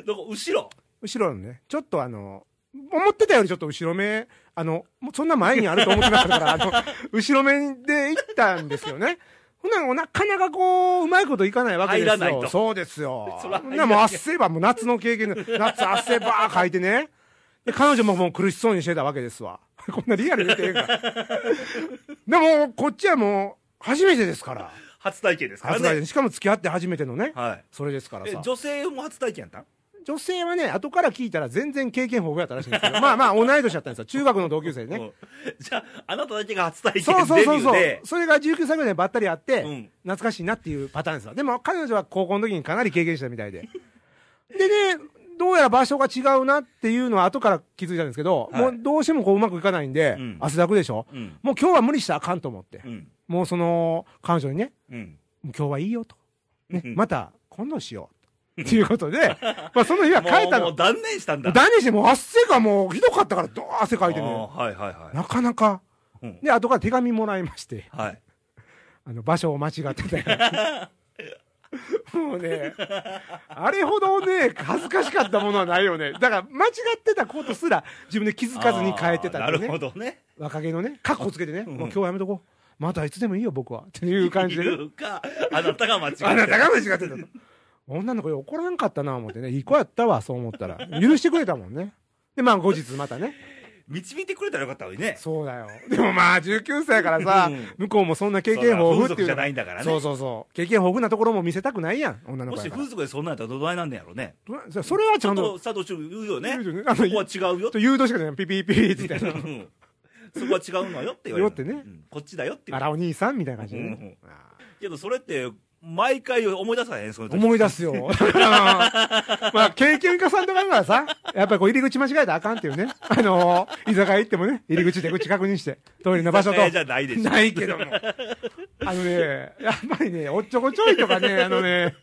Speaker 1: えどこ後ろ
Speaker 2: 後ろのね、ちょっとあの、思ってたよりちょっと後ろ目、あの、もうそんな前にあると思ってなかったか
Speaker 1: <laughs>
Speaker 2: ら、あの、後ろ目で行ったんですよね。ほんならなかなかこう、うまいこといかないわけですよ。
Speaker 1: 入らないと
Speaker 2: そうですよ。
Speaker 1: そら
Speaker 2: ほんならもう汗ば、もう夏の経験で、夏汗ばーかいてね。で、彼女ももう苦しそうにしてたわけですわ。こんなリアルに言ってええんか。でも、こっちはもう、初めてですから。
Speaker 1: 初体験ですから
Speaker 2: 初め
Speaker 1: ね
Speaker 2: て。しかも付き合って初めてのね。
Speaker 1: はい
Speaker 2: それですから
Speaker 1: え
Speaker 2: さ。
Speaker 1: 女性も初体験やっ
Speaker 2: 女性はね、後から聞いたら全然経験豊富やったらしいんですけど、ま <laughs> あまあ同い年だったんですよ。中学の同級生
Speaker 1: たん、
Speaker 2: ね。
Speaker 1: うん <laughs> じゃああなただけが初体験デビ
Speaker 2: そうそうそう
Speaker 1: ュー
Speaker 2: そ
Speaker 1: で
Speaker 2: う。それが19歳ぐらいでばったりあって、
Speaker 1: うん
Speaker 2: 懐かしいなっていうパターンですよ。でも彼女は高校の時にかなり経験したみたいで。でね、どうやら場所が違うなっていうのは後から気づいたんですけど、
Speaker 1: はい
Speaker 2: もうどうしてもこううまくいかないんで、
Speaker 1: うん
Speaker 2: 汗だくでしょ、
Speaker 1: うん
Speaker 2: もう今日は無理したらあかんと思って、
Speaker 1: うん
Speaker 2: もうその彼女にね、
Speaker 1: うん
Speaker 2: もう今日はいいよと。ね、
Speaker 1: うん
Speaker 2: また今度しよう。っていうこ
Speaker 1: <laughs>
Speaker 2: とで、まあその日は
Speaker 1: も
Speaker 2: 帰っ
Speaker 1: う
Speaker 2: た
Speaker 1: も
Speaker 2: の
Speaker 1: う。断念したんだ
Speaker 2: 何してもう汗がもうひどかったからどー汗かいて
Speaker 1: あ
Speaker 2: ね
Speaker 1: ーはいはいはい
Speaker 2: なかなか
Speaker 1: うん
Speaker 2: で後から手紙もらいまして
Speaker 1: はい
Speaker 2: あの場所を間違ってて
Speaker 1: <laughs>
Speaker 2: もうねあれほどね恥ずかしかったものはないよねだから間違ってたことすら自分で気づかずに変えてた
Speaker 1: あー
Speaker 2: ん
Speaker 1: な
Speaker 2: で
Speaker 1: るほ
Speaker 2: ね
Speaker 1: どね
Speaker 2: 若気のねカッコつけてね、
Speaker 1: うん
Speaker 2: もう今日はやめとこうまたいつでもいいよ僕はっていう
Speaker 1: <laughs>
Speaker 2: 感じでね、
Speaker 1: いうかあなたが間違って
Speaker 2: あなたが間違ってたと女の子に怒らんかったな思ってねいい子やったわそう思ったら許してくれたもんねでまあ後日またね
Speaker 1: 導いてくれたらよかったのにね
Speaker 2: そうだよ。でもまあ、19歳からさ
Speaker 1: うん、
Speaker 2: 向こうもそんな経験豊
Speaker 1: そうだ
Speaker 2: 富
Speaker 1: 風
Speaker 2: って
Speaker 1: 俗
Speaker 2: いう
Speaker 1: じ
Speaker 2: の
Speaker 1: ゃ
Speaker 2: が。
Speaker 1: ないんだからね
Speaker 2: そうそうそう。経験豊富なところも見せたくないやん、女の
Speaker 1: も
Speaker 2: 子
Speaker 1: し
Speaker 2: やか
Speaker 1: 風俗でそんなんやったらどないなんねやろうね
Speaker 2: ら。それはち
Speaker 1: ち
Speaker 2: ゃ
Speaker 1: ょ
Speaker 2: ん
Speaker 1: っ
Speaker 2: と
Speaker 1: と、佐藤君言うよね
Speaker 2: 言うよね
Speaker 1: ここは違うよ
Speaker 2: ちょっと誘導しかじゃない。ピピピピって言った
Speaker 1: う
Speaker 2: ら。
Speaker 1: んそこは違うのよって言われた
Speaker 2: よってね
Speaker 1: うんこっちだよって言
Speaker 2: あ
Speaker 1: われ
Speaker 2: ら、お兄さんみたいな感じで
Speaker 1: うんうん
Speaker 2: ね。あ
Speaker 1: たけどそれって毎回思い出さへんその
Speaker 2: ー
Speaker 1: 時
Speaker 2: 思い出す
Speaker 1: <laughs>
Speaker 2: よ。だからまあ、経験家さんとかだからさ、やっぱりこう入り口間違えたらあかんっていうね。あのー、居酒屋行ってもね、入り口出口確認して、トイレの場
Speaker 1: 居
Speaker 2: 所と
Speaker 1: 酒。屋じゃないでしょ
Speaker 2: ないけども。あのね、やっぱりね、おっちょこちょいと
Speaker 1: <laughs>
Speaker 2: かね、あのね、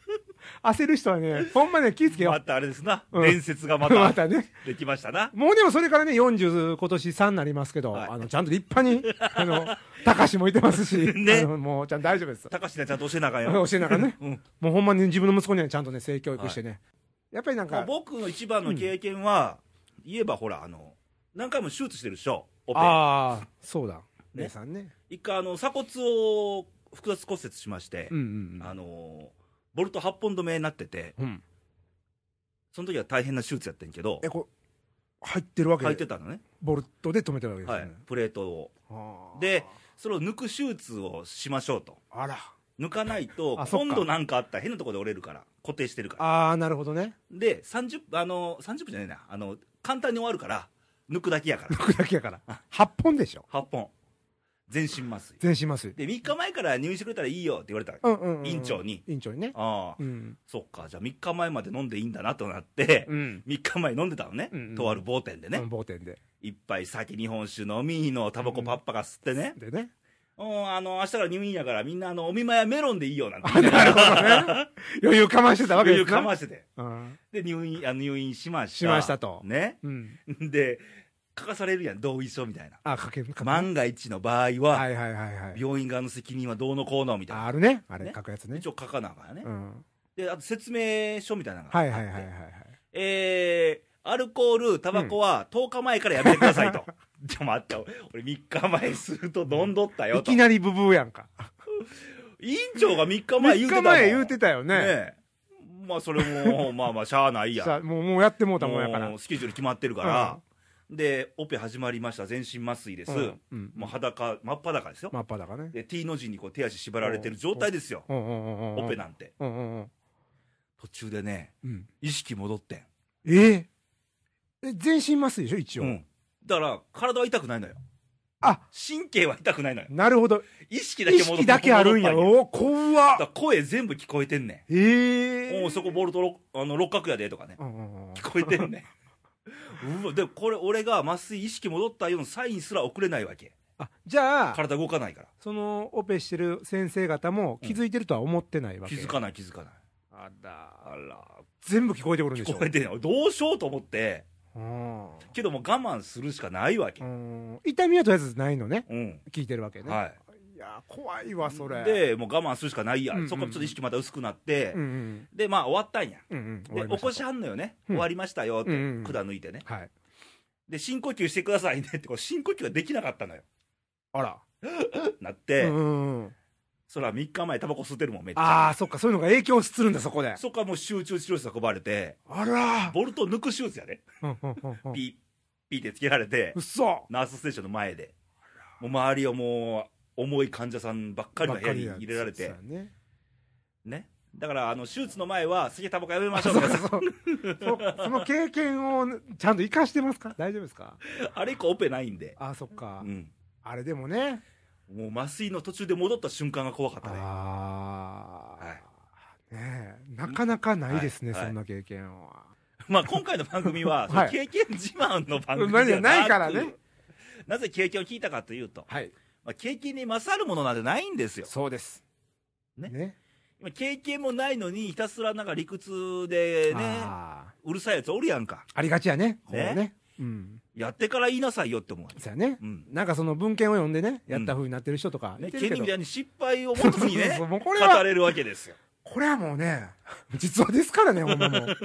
Speaker 2: 焦る人はね、ほんまね、気ぃつけ
Speaker 1: <laughs>
Speaker 2: よ <laughs>
Speaker 1: またあれですな、
Speaker 2: うん
Speaker 1: 伝説がま
Speaker 2: う。ま
Speaker 1: た
Speaker 2: たね。
Speaker 1: できましたな
Speaker 2: もうでもそれからね、40、今年3になりますけど、
Speaker 1: はい
Speaker 2: あの、ちゃんと立
Speaker 1: <laughs>
Speaker 2: 派に、あの、高しもいてますし、
Speaker 1: ね
Speaker 2: あのもうちゃんと大丈夫です。
Speaker 1: 高橋にはちゃんと教えなあかんよ
Speaker 2: 教えながらね、
Speaker 1: うん
Speaker 2: もうほんまに自分の息子にはちゃんとね、性教育してね。やっぱりなん
Speaker 1: まあ
Speaker 2: か、
Speaker 1: 僕の一番の経験は、言えばほらあの何回も手術してるでしょオペ
Speaker 2: ああ、そうだ。
Speaker 1: ね
Speaker 2: 姉さんね。
Speaker 1: 一回あの鎖骨を複雑骨折しまして、
Speaker 2: うんうん
Speaker 1: あのボルト8本止めになってて
Speaker 2: うん。うん。
Speaker 1: その時は大変な手術やってんけど
Speaker 2: え、こう、入ってるわけ
Speaker 1: 入っ
Speaker 2: で
Speaker 1: てたのね、
Speaker 2: ボルトで止めてるわけです
Speaker 1: は
Speaker 2: よ
Speaker 1: い
Speaker 2: ね。、
Speaker 1: プレートを
Speaker 2: あー
Speaker 1: で、それを抜く手術をしましょうと
Speaker 2: あら。
Speaker 1: 抜かないと
Speaker 2: あそっか
Speaker 1: 今度なんかあったら変なところで折れるから固定してるから
Speaker 2: ああ、なるほどね。
Speaker 1: で30あの30分じゃないなあの簡単に終わるから抜くだけやから
Speaker 2: <laughs> 僕だけやから。8本でしょ。
Speaker 1: 8本全身麻酔
Speaker 2: 全身麻酔。
Speaker 1: で3日前から入院してくれたらいいよって言われたら、
Speaker 2: うんうん、うん。
Speaker 1: 院長に。
Speaker 2: 院長にね。
Speaker 1: ああ
Speaker 2: うん。
Speaker 1: そっかじゃあ3日前まで飲んでいいんだなとなって、 <laughs>
Speaker 2: うん。
Speaker 1: 3日前飲んでたのね、
Speaker 2: うんうん
Speaker 1: とある某店でね、
Speaker 2: うん某店で。
Speaker 1: 一杯酒日本酒飲みのタバコパッパが吸ってね、
Speaker 2: でね。 <laughs>
Speaker 1: うん、あの明日から入院やからみんなあのお見舞いはメロンでいいよなんて
Speaker 2: あなるほどね。余裕かましてたわけ
Speaker 1: 余
Speaker 2: で
Speaker 1: 裕
Speaker 2: すね。
Speaker 1: かましてて
Speaker 2: うん。
Speaker 1: で入院あの入院しました
Speaker 2: しましたと
Speaker 1: ね
Speaker 2: うん。
Speaker 1: で書かされるやん同意書みたいな
Speaker 2: あ、かけるかける
Speaker 1: 万が一の場合は、
Speaker 2: はいはいはいはい。
Speaker 1: 病院側の責任はどうのこうのみたいな
Speaker 2: あるね。あ
Speaker 1: ね
Speaker 2: れ、書くやつね
Speaker 1: 一。応書かなあかんよね、
Speaker 2: うん。
Speaker 1: であと説明書みたいなのがあ
Speaker 2: は
Speaker 1: っ
Speaker 2: い
Speaker 1: て、
Speaker 2: はいはいはいはい。
Speaker 1: えー、アルコール、タバコは10日前からやめてくださ
Speaker 2: <laughs>
Speaker 1: いと。ちょ、待って、俺3日前すると飲んどったよ
Speaker 2: い
Speaker 1: と。
Speaker 2: きなりブブーやんか。
Speaker 1: 委員長が3日前言うて
Speaker 2: 3
Speaker 1: たも
Speaker 2: 日
Speaker 1: ん。
Speaker 2: 前言うてたよね。
Speaker 1: ねえまあ、それも、まあまあ、しゃあないや。
Speaker 2: さもう、もうやってもうたもんやから
Speaker 1: もう。スケジュール決まってるから。で、オペ始まりました。全身麻酔です。
Speaker 2: うん。うん。
Speaker 1: もう裸、真っ裸ですよ。
Speaker 2: 真っ裸ね。
Speaker 1: で、T の字にこう手足縛られてる状態ですよ。
Speaker 2: うんうんうんうん。
Speaker 1: オペ。なんて。
Speaker 2: うんうんうん。
Speaker 1: 途中でね、
Speaker 2: うん。
Speaker 1: 意識戻ってん。
Speaker 2: えーえ全身麻酔でしょ一応、
Speaker 1: うんだから、体は痛くないのよ。
Speaker 2: あ
Speaker 1: 神経は痛くないのよ。
Speaker 2: なるほど
Speaker 1: 意識だけ
Speaker 2: 意
Speaker 1: 戻っ
Speaker 2: 識だけあるんや
Speaker 1: 戻った
Speaker 2: お怖
Speaker 1: だから
Speaker 2: っ
Speaker 1: 声全部聞こえてんね
Speaker 2: え
Speaker 1: ん。お
Speaker 2: ー
Speaker 1: うそこボルトろあの六角やでとかね。
Speaker 2: うんうんうん
Speaker 1: 聞こえてんねん。うわ、でもこれ俺が麻酔意識戻ったようなサインすら送れないわけ。
Speaker 2: あじゃあ
Speaker 1: 体動かないから
Speaker 2: そのオペしてる先生方も気づいてるとは思ってないわけ、
Speaker 1: 気づかない気づかない
Speaker 2: あら
Speaker 1: あら
Speaker 2: 全部聞こえてくるんでし
Speaker 1: 聞
Speaker 2: ょ
Speaker 1: こえてないどうしようと思って
Speaker 2: うん
Speaker 1: けどもう我慢するしかないわけ
Speaker 2: うん痛みはとりあえずないのね
Speaker 1: うん、
Speaker 2: 聞いてるわけね、
Speaker 1: はい
Speaker 2: い、や怖いわそれ、
Speaker 1: でもう我慢するしかないや、
Speaker 2: うんうんうん
Speaker 1: そこからちょっと意識また薄くなって、
Speaker 2: うんうん
Speaker 1: でまあ終わったんや
Speaker 2: うんうん終わ
Speaker 1: で
Speaker 2: り
Speaker 1: 起
Speaker 2: ま
Speaker 1: こ
Speaker 2: し
Speaker 1: しはんのよね、
Speaker 2: う
Speaker 1: 終
Speaker 2: ん
Speaker 1: わりましたよって、
Speaker 2: うんうんうん
Speaker 1: 管抜いてね
Speaker 2: たはい
Speaker 1: で深呼吸してくださいねってこう深呼吸ができなかったのよ
Speaker 2: あら、
Speaker 1: なって、
Speaker 2: うんうんうん
Speaker 1: そら3日前タバコ吸ってるもんめっち
Speaker 2: あ
Speaker 1: ゃ
Speaker 2: あそっかそういうのが影響するんだそこで
Speaker 1: そこからもう集中治療室運ばれて
Speaker 2: あら
Speaker 1: ボルト抜く手術やで、
Speaker 2: うんうんうんうん
Speaker 1: ピッピッてつけられて
Speaker 2: うっそ
Speaker 1: ナースステーションの前でもう周りをもう重い患者さんばっかりの部屋に入れられて
Speaker 2: ばっかりや
Speaker 1: ねだからあの手術の前は酒タバコやめましょう
Speaker 2: <laughs> そう
Speaker 1: と
Speaker 2: だ
Speaker 1: か
Speaker 2: ねそうかそうそその <laughs> 経験をちゃんと生かしてますか大丈夫ですか
Speaker 1: あれ以降オペないんで、
Speaker 2: ああそっか、
Speaker 1: うん、
Speaker 2: あれでもね
Speaker 1: もう麻酔の途中で戻った瞬間が怖かったね
Speaker 2: ああ、
Speaker 1: は
Speaker 2: ねえなかなかないですね、
Speaker 1: はい
Speaker 2: そんな経験は、
Speaker 1: まあ今回の番組は、
Speaker 2: <laughs> はい
Speaker 1: その経験自慢の番組
Speaker 2: まあ
Speaker 1: で
Speaker 2: ね
Speaker 1: は
Speaker 2: ないから
Speaker 1: く
Speaker 2: ね
Speaker 1: なぜ経験を聞いたかというと、
Speaker 2: はい、
Speaker 1: まあ、経験に勝るものなんてないんですよ
Speaker 2: そうです
Speaker 1: ね
Speaker 2: ね
Speaker 1: 今経験もないのにひたすらなんか理屈でね
Speaker 2: あ
Speaker 1: うるさいやつおるやんか
Speaker 2: ーありがちやねこう
Speaker 1: ね
Speaker 2: ねうん
Speaker 1: やってから言いなさいよって思うわけ
Speaker 2: そうやね、
Speaker 1: うん
Speaker 2: なんかその文献を読んでね
Speaker 1: うん
Speaker 2: やったふうになってる人とか
Speaker 1: ね、
Speaker 2: いて
Speaker 1: ケニ
Speaker 2: るけ
Speaker 1: ー
Speaker 2: ど
Speaker 1: みたいに失敗をもとに
Speaker 2: <laughs> そうそう
Speaker 1: ね
Speaker 2: そうもうこれは
Speaker 1: 語れるわけですよ
Speaker 2: これはもうね実話ですからねほんまもう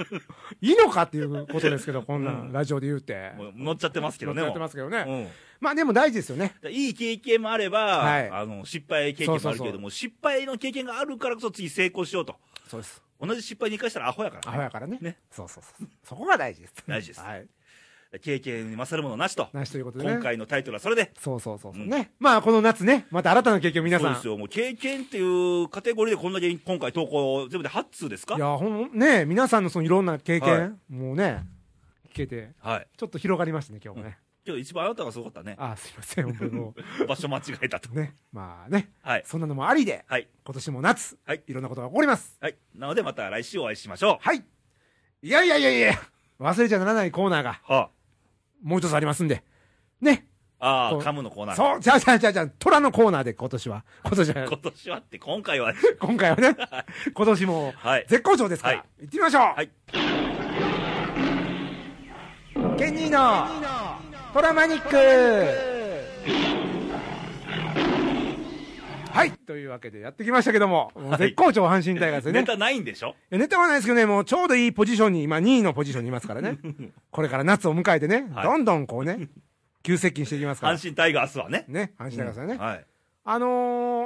Speaker 2: いいのかっていうことですけどこんなん、
Speaker 1: <laughs> うん
Speaker 2: ラジオで言うて
Speaker 1: もう乗っちゃってますけどね
Speaker 2: やってますけどね、
Speaker 1: もううん
Speaker 2: まあでも大事ですよね
Speaker 1: だからいい経験もあれば、
Speaker 2: はい
Speaker 1: あの失敗経験もあるけれども
Speaker 2: そうそう
Speaker 1: 失敗の経験があるからこそ次成功しようと
Speaker 2: そうです
Speaker 1: 同じ失敗に生かしたらアホやから
Speaker 2: アホやからね
Speaker 1: ね
Speaker 2: そうそうそうそこが大事です
Speaker 1: 大事です
Speaker 2: はい
Speaker 1: 経験に勝るものなしと
Speaker 2: なしということでね
Speaker 1: 今回のタイトルはそれで
Speaker 2: そうそうそうそう、
Speaker 1: うん
Speaker 2: ねまあこの夏ねまた新たな経験を皆
Speaker 1: そう
Speaker 2: さん
Speaker 1: ですよもう経験っていうカテゴリーでこんだけ今回投稿全部で8通ですか
Speaker 2: いやほんね皆さんのそのいろんな経験、
Speaker 1: は
Speaker 2: もうね聞けて
Speaker 1: はい
Speaker 2: ちょっと広がりましたね今日もね、
Speaker 1: 今日一番あなたがすごかったね
Speaker 2: あすいません本当にも
Speaker 1: <laughs> 場所間違えたと
Speaker 2: うねまあね
Speaker 1: はい
Speaker 2: そんなのもありで
Speaker 1: はい
Speaker 2: 今年も夏、
Speaker 1: はい
Speaker 2: ろんなことが起こります
Speaker 1: はいなのでまた来週お会いしましょ
Speaker 2: はいいやいやいやいや忘れちゃならないコーナーが
Speaker 1: うは
Speaker 2: もう一つありますんでね
Speaker 1: ああ
Speaker 2: そう
Speaker 1: ーカムのコーナー
Speaker 2: そうじゃあじゃあじゃあじゃあ虎のコーナーで今年は今年は
Speaker 1: 今年はって今回は
Speaker 2: <laughs> 今回はね、今年も
Speaker 1: はい
Speaker 2: 絶好調ですから、
Speaker 1: はい
Speaker 2: 行ってみましょう、
Speaker 1: はい
Speaker 2: ケニーのトラマニックはいというわけでやってきましたけども、もう
Speaker 1: はい
Speaker 2: 絶好調阪神タイガースでね
Speaker 1: ネタないんでしょ
Speaker 2: いやネタはないですけどね、もうちょうどいいポジションに、今2位のポジションにいますから
Speaker 1: <laughs>
Speaker 2: ね。これから夏を迎えてね、
Speaker 1: はい
Speaker 2: どんどんこうね、急接近していきますから
Speaker 1: 阪。神タイガースはね
Speaker 2: ね、阪神タイガースはね。
Speaker 1: はい
Speaker 2: あの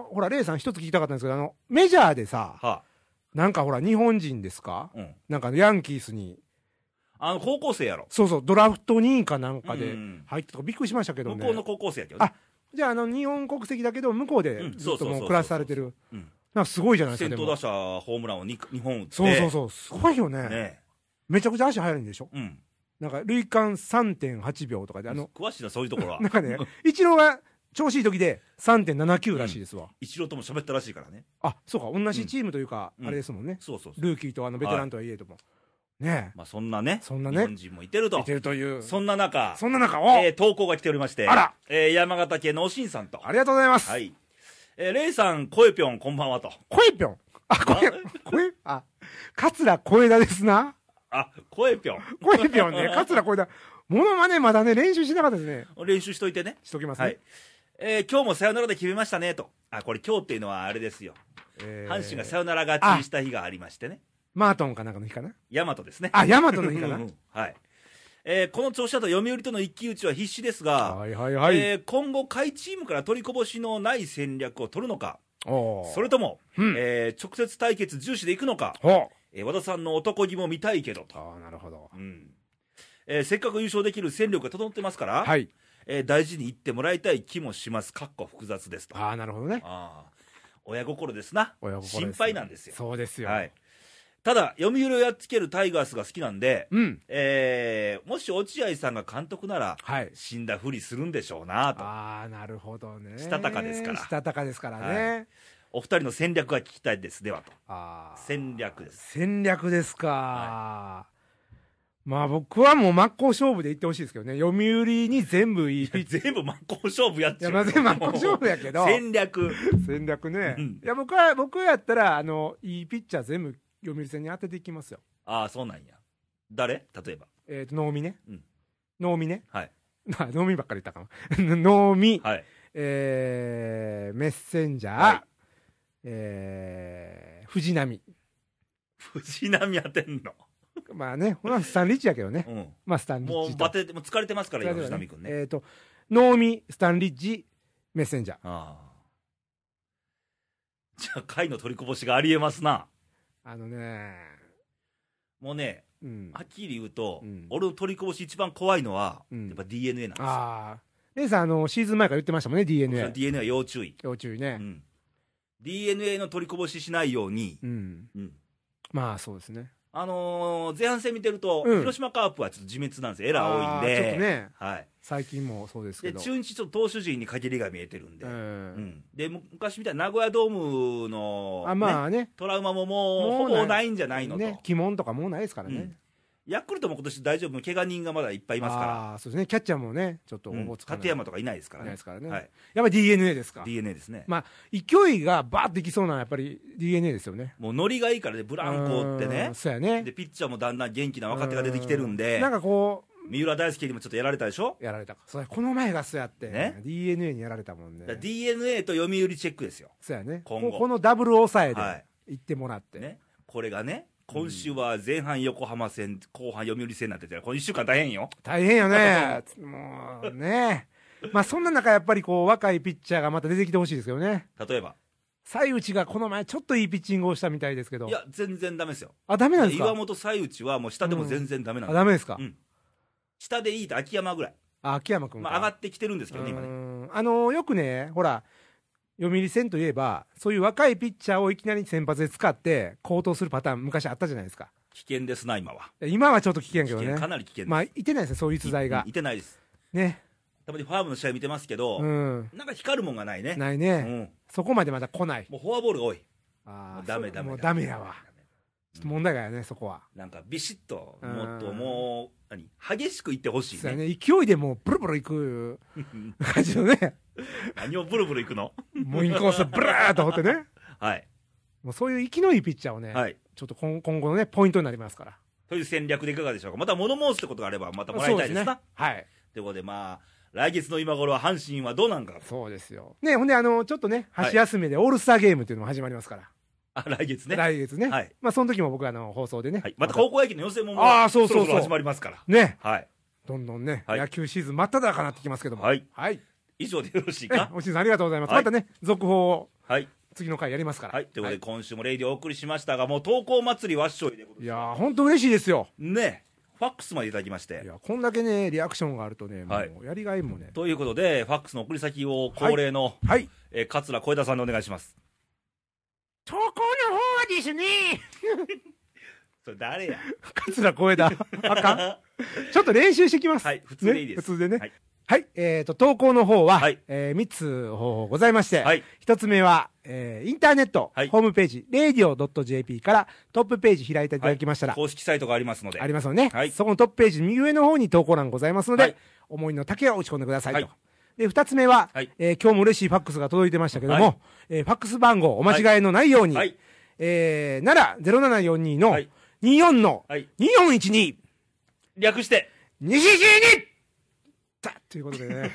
Speaker 2: ー、ほら、レイさん一つ聞きたかったんですけど、あの、メジャーでさ、
Speaker 1: は
Speaker 2: なんかほら、日本人ですか
Speaker 1: あうん
Speaker 2: なんかヤンキースに、
Speaker 1: あの高校生やろ
Speaker 2: そうそう、ドラフト2位かなんか
Speaker 1: う
Speaker 2: で
Speaker 1: ん
Speaker 2: 入ってとかびっくりしましたけ
Speaker 1: 向
Speaker 2: どね。
Speaker 1: こうの高校生やけどね
Speaker 2: あじゃあ、あの、日本国籍だけど、向こうで
Speaker 1: うん
Speaker 2: ずっ
Speaker 1: そ
Speaker 2: と
Speaker 1: うそうそう
Speaker 2: も
Speaker 1: そう
Speaker 2: う暮らされてる
Speaker 1: うん。
Speaker 2: なんかすごいじゃないですか、
Speaker 1: 先頭
Speaker 2: でも
Speaker 1: 打。者ホームランを 2, 本打って
Speaker 2: そうそうそう、すごいよね。
Speaker 1: ね
Speaker 2: めちゃくちゃ足速いんでしょ
Speaker 1: うん
Speaker 2: なんか、累間3.8秒とかで、あの、
Speaker 1: 詳しいなそういうところは
Speaker 2: なんかね、一郎が調子いい時で3.79らしいですわ。
Speaker 1: 一郎とも喋ったらしいからね
Speaker 2: あ、そうか、同じチームというか、
Speaker 1: うん
Speaker 2: あれですもんね。
Speaker 1: そうそうそう
Speaker 2: ルーキーとあの、ベテランとはいえとも。ね
Speaker 1: まあそんなね
Speaker 2: そんな
Speaker 1: 日
Speaker 2: ね
Speaker 1: 本人もいてる
Speaker 2: え。
Speaker 1: と
Speaker 2: いてるという。
Speaker 1: そんな中
Speaker 2: そんな中、お
Speaker 1: えー投稿が来ておりまして
Speaker 2: あら
Speaker 1: えー山形県のおしんさんと
Speaker 2: ありがとうございます。
Speaker 1: はいえーレイさんこえぴょんこんばんはと
Speaker 2: 声ぴょん。あ、声、声、あ、桂小枝ですな。
Speaker 1: あこえぴょん
Speaker 2: 声ぴょんね、
Speaker 1: <laughs>
Speaker 2: 桂小枝。ものまねまだね、練習しなかったですね。
Speaker 1: 練習しといてね
Speaker 2: しときますね。
Speaker 1: はいえー今日もさよならで決めましたねとあこれ今日っていうのはあれですよ
Speaker 2: えー
Speaker 1: 阪神がさよなら勝ちにした日がありましてね
Speaker 2: マートンかなんかの日かな。
Speaker 1: 大和ですね
Speaker 2: あ、ヤマトの日かな
Speaker 1: うんう。んはいえーこの調子だと読売との一騎打ちは必至ですが、
Speaker 2: はいはいはい。
Speaker 1: えー今後、下位チームから取りこぼしのない戦略を取るのか、
Speaker 2: おー
Speaker 1: それとも、
Speaker 2: うん
Speaker 1: えー直接対決重視でいくのか、
Speaker 2: ほう。
Speaker 1: えー和田さんの男気も見たいけどと、
Speaker 2: ああ、なるほど。
Speaker 1: うんえーせっかく優勝できる戦力が整ってますから、
Speaker 2: はい。
Speaker 1: えー大事にいってもらいたい気もします、かっこ複雑ですと、
Speaker 2: ああ、なるほどね。
Speaker 1: あー親心ですな
Speaker 2: 親心です
Speaker 1: 心配なんですよ。
Speaker 2: そうですよ。
Speaker 1: はい、ただ、読売をやっつけるタイガースが好きなんで、
Speaker 2: うん。
Speaker 1: えーもし落合さんが監督なら、
Speaker 2: はい。
Speaker 1: 死んだふりするんでしょうなと、
Speaker 2: ああ、なるほどね。
Speaker 1: したたかですから
Speaker 2: したたかですからね。
Speaker 1: お二人の戦略が聞きたいです、ではと、
Speaker 2: ああ。
Speaker 1: 戦略です。
Speaker 2: 戦略ですか、まあ僕はもう真っ向勝負で行ってほしいですけどね。読売に全部いいピッ
Speaker 1: <laughs>
Speaker 2: チ
Speaker 1: 全部真っ向勝負やっ
Speaker 2: い
Speaker 1: ちゃ
Speaker 2: や、
Speaker 1: う。
Speaker 2: まあ全部真っ向勝負やけど、
Speaker 1: 戦略。
Speaker 2: 戦略ね。
Speaker 1: うん
Speaker 2: いや、僕は、僕やったら、あの、いいピッチャー全部読売戦に当てていきますよ。
Speaker 1: ああ、そうなんや。誰例えば。
Speaker 2: えっ、と、能見ね
Speaker 1: うん。
Speaker 2: 能見ね。
Speaker 1: はい。
Speaker 2: <laughs> まあ能見ばっかり言ったかな。 <laughs> 能見、
Speaker 1: はい。
Speaker 2: えー、メッセンジャー、
Speaker 1: はい
Speaker 2: えー、藤波。
Speaker 1: 藤波当てんの。
Speaker 2: まあね、ほらスタンリッチやけどね。
Speaker 1: う
Speaker 2: まあスタン
Speaker 1: ん。
Speaker 2: リ
Speaker 1: も
Speaker 2: ッ
Speaker 1: う
Speaker 2: チ
Speaker 1: バ
Speaker 2: と。
Speaker 1: テて、もう疲れてますから、今
Speaker 2: だけど
Speaker 1: 藤波君ね。
Speaker 2: えっ、と、能見、スタンリッチ、メッセンジャー。
Speaker 1: ああ。じゃあ、回の取りこぼしがありえますな。
Speaker 2: あのね、
Speaker 1: もうね、
Speaker 2: うん。
Speaker 1: はっきり言うと、
Speaker 2: うん
Speaker 1: 俺の取りこぼし一番怖いのは、
Speaker 2: うん
Speaker 1: やっぱ DNA なんですよ。
Speaker 2: ああ。レイさん、あの、シーズン前から言ってましたもんね、
Speaker 1: 僕の
Speaker 2: DNA。
Speaker 1: DNA は要注意。
Speaker 2: 要注意
Speaker 1: う
Speaker 2: ね。
Speaker 1: ん。DNA の取りこぼししないように、
Speaker 2: うん。
Speaker 1: うん。
Speaker 2: まあ、そうですね。
Speaker 1: あのー前半戦見てると、
Speaker 2: うん
Speaker 1: 広島カープはちょっと自滅なんですよ。エラー多いん
Speaker 2: あーちょっ
Speaker 1: で。
Speaker 2: とね、
Speaker 1: はい。
Speaker 2: 最近もそうですけ
Speaker 1: で、
Speaker 2: ど。
Speaker 1: 中日ちょっと投手陣に限りが見えてるんで。
Speaker 2: う。
Speaker 1: うんんで、む昔みたいな名古屋ドームの、
Speaker 2: あ、
Speaker 1: ね
Speaker 2: まあね。
Speaker 1: トラウマももう
Speaker 2: も
Speaker 1: ほ
Speaker 2: うない
Speaker 1: ぼないんじゃないのと。
Speaker 2: ね。鬼門とかもうないですから
Speaker 1: う
Speaker 2: ね
Speaker 1: ん。ヤクルトも今年大丈夫、怪我人がまだいっぱいいますから。
Speaker 2: ああ、そうですね。キャッチャーもね、ちょっと
Speaker 1: うん
Speaker 2: おぼつかない。
Speaker 1: 立山とかいないですから
Speaker 2: いな
Speaker 1: ね
Speaker 2: いです。からね。
Speaker 1: はい、
Speaker 2: やっぱり DNA ですか。
Speaker 1: DNA ですね。
Speaker 2: まあ、勢いがバーっていきそうなのはやっぱり DNA ですよね。
Speaker 1: もうノリがいいからね、ブランコって
Speaker 2: う
Speaker 1: ね
Speaker 2: ん。そうやね。
Speaker 1: で、ピッチャーもだんだん元気な若手が出てきてるん
Speaker 2: う
Speaker 1: で
Speaker 2: なん、かこ
Speaker 1: 三浦大輔にもちょっとやられたでしょ
Speaker 2: う、やられたか。そうやこの前がそうやって。
Speaker 1: ね
Speaker 2: DNA にやられたもんね
Speaker 1: だか。ら DNA と読売チェックですよ。
Speaker 2: そうやね。
Speaker 1: 今後
Speaker 2: ここのダブル抑えで
Speaker 1: は
Speaker 2: 行ってもらっ
Speaker 1: い。
Speaker 2: て。
Speaker 1: ね。これがね、今週は前半横浜戦、後半読売戦になってて、この1週間大変よ。
Speaker 2: 大変よね。もうね。まあそんな中やっぱりこう若いピッチャーがまた出てきてほしいですよね。
Speaker 1: 例えば。
Speaker 2: 西内がこの前ちょっといいピッチングをしたみたいですけど
Speaker 1: い。や、全然ダメですよ。
Speaker 2: あ、ダメなんです
Speaker 1: 岩
Speaker 2: か
Speaker 1: 本西内はもう下でも全然ダメなん
Speaker 2: あ、
Speaker 1: です、
Speaker 2: ダメですか、
Speaker 1: うん下でいいと秋山ぐらい。
Speaker 2: あ、秋山君か。
Speaker 1: まあ上がってきてるんですけどね、今
Speaker 2: う
Speaker 1: ね。
Speaker 2: んあのよくね、ほら、読売戦といえば、そういう若いピッチャーをいきなり先発で使って、高騰するパターン、昔あったじゃないですか。
Speaker 1: 危険ですな、今は。
Speaker 2: 今はちょっと危険やけ
Speaker 1: 危
Speaker 2: ど
Speaker 1: 険、か
Speaker 2: ね。
Speaker 1: なり危険です。
Speaker 2: まあ、いてないですね、そういう逸材が
Speaker 1: い。いてないです。
Speaker 2: ね。
Speaker 1: たまにファームの試合見てますけど、
Speaker 2: うん。
Speaker 1: なんか光るもんがないね。
Speaker 2: ないうね。
Speaker 1: ん。
Speaker 2: そこまでまだ来ない。
Speaker 1: もうフォアボールが多い。
Speaker 2: あー
Speaker 1: もうダメダメ
Speaker 2: もうダメやわ。ちょっと問題がやね、そこは。
Speaker 1: なんかビシッと、
Speaker 2: うん
Speaker 1: もっともう、何激しくいってほしい
Speaker 2: そうや
Speaker 1: ね。
Speaker 2: ね、勢いでもう、ブルブルいく感じのね、
Speaker 1: <laughs> 何をブルブルいくの
Speaker 2: もうインコース、ブラーっと掘ってね。
Speaker 1: はい。
Speaker 2: もうそういう息のいいピッチャーをね、
Speaker 1: はい。
Speaker 2: ちょっと今今後のね、ポイントになりますから。
Speaker 1: という戦略でいかがでしょうか。また物申すってことがあれば、またもらいたいです
Speaker 2: そう
Speaker 1: な。
Speaker 2: ね。はい。
Speaker 1: ということで、まあ、来月の今頃は阪神はどうなんか。
Speaker 2: そうですよ。ね、ほんで、あの、ちょっとね、
Speaker 1: はい
Speaker 2: 箸休めでオールスターゲームっていうのも始まりますから。
Speaker 1: あ、来月ね。
Speaker 2: 来月ね。
Speaker 1: はい
Speaker 2: まあ、その時も僕、あの、放送でね。
Speaker 1: はい。また高校野球の予選もも
Speaker 2: あーそうそうそう
Speaker 1: ろろ始まりますから。
Speaker 2: ね、
Speaker 1: はい。
Speaker 2: どんどんね、
Speaker 1: はい
Speaker 2: 野球シーズン真っ只中になってきますけども。
Speaker 1: はい。
Speaker 2: はい。
Speaker 1: 以上でよろしい
Speaker 2: え
Speaker 1: か。
Speaker 2: おしんさん、ありがとうございます。
Speaker 1: はい
Speaker 2: またね、続報を
Speaker 1: はい。
Speaker 2: 次の回やりますから。
Speaker 1: はい。ということで、今週もレイディをお送りしましたが、もう投稿祭りはっしょいでございます
Speaker 2: いやー、ほんと嬉しいですよ。
Speaker 1: ね、ファックスまでいただきまし
Speaker 2: い
Speaker 1: て。
Speaker 2: や、こんだけね、リアクションがあるとね、も、
Speaker 1: はいう
Speaker 2: やりがいもね。
Speaker 1: ということで、ファックスの送り先を恒例の、
Speaker 2: はい。
Speaker 1: えー桂小枝さんでお願いします。
Speaker 2: 投稿の方はですね、
Speaker 1: <laughs> それ誰や
Speaker 2: 桂
Speaker 1: <laughs>
Speaker 2: 小枝。あかん。ちょっと練習してきます。
Speaker 1: はい、普通でいいです。
Speaker 2: ね普通でね
Speaker 1: はい。
Speaker 2: はい、えっ、と、投稿の方は、
Speaker 1: はい
Speaker 2: え3つ方法ございまして、
Speaker 1: はい
Speaker 2: 1つ目は、えーインターネット、
Speaker 1: はい
Speaker 2: ホームページ、radio.jp からトップページ開いていただきましたら、
Speaker 1: 公式サイトがありますので。
Speaker 2: ありますよね、
Speaker 1: はい
Speaker 2: そこのトップページ、右上の方に投稿欄ございますので、
Speaker 1: はい
Speaker 2: 思いの丈を打ち込んでくださいと。
Speaker 1: はい
Speaker 2: で、二つ目は、
Speaker 1: はい
Speaker 2: えー今日も嬉しいファックスが届いてましたけども、
Speaker 1: はい
Speaker 2: えーファックス番号、お間違えのないように、
Speaker 1: はい
Speaker 2: えーなら、0742の
Speaker 1: はい
Speaker 2: 24の
Speaker 1: はい
Speaker 2: 2412、
Speaker 1: 略して、
Speaker 2: 2 4 2だということでね。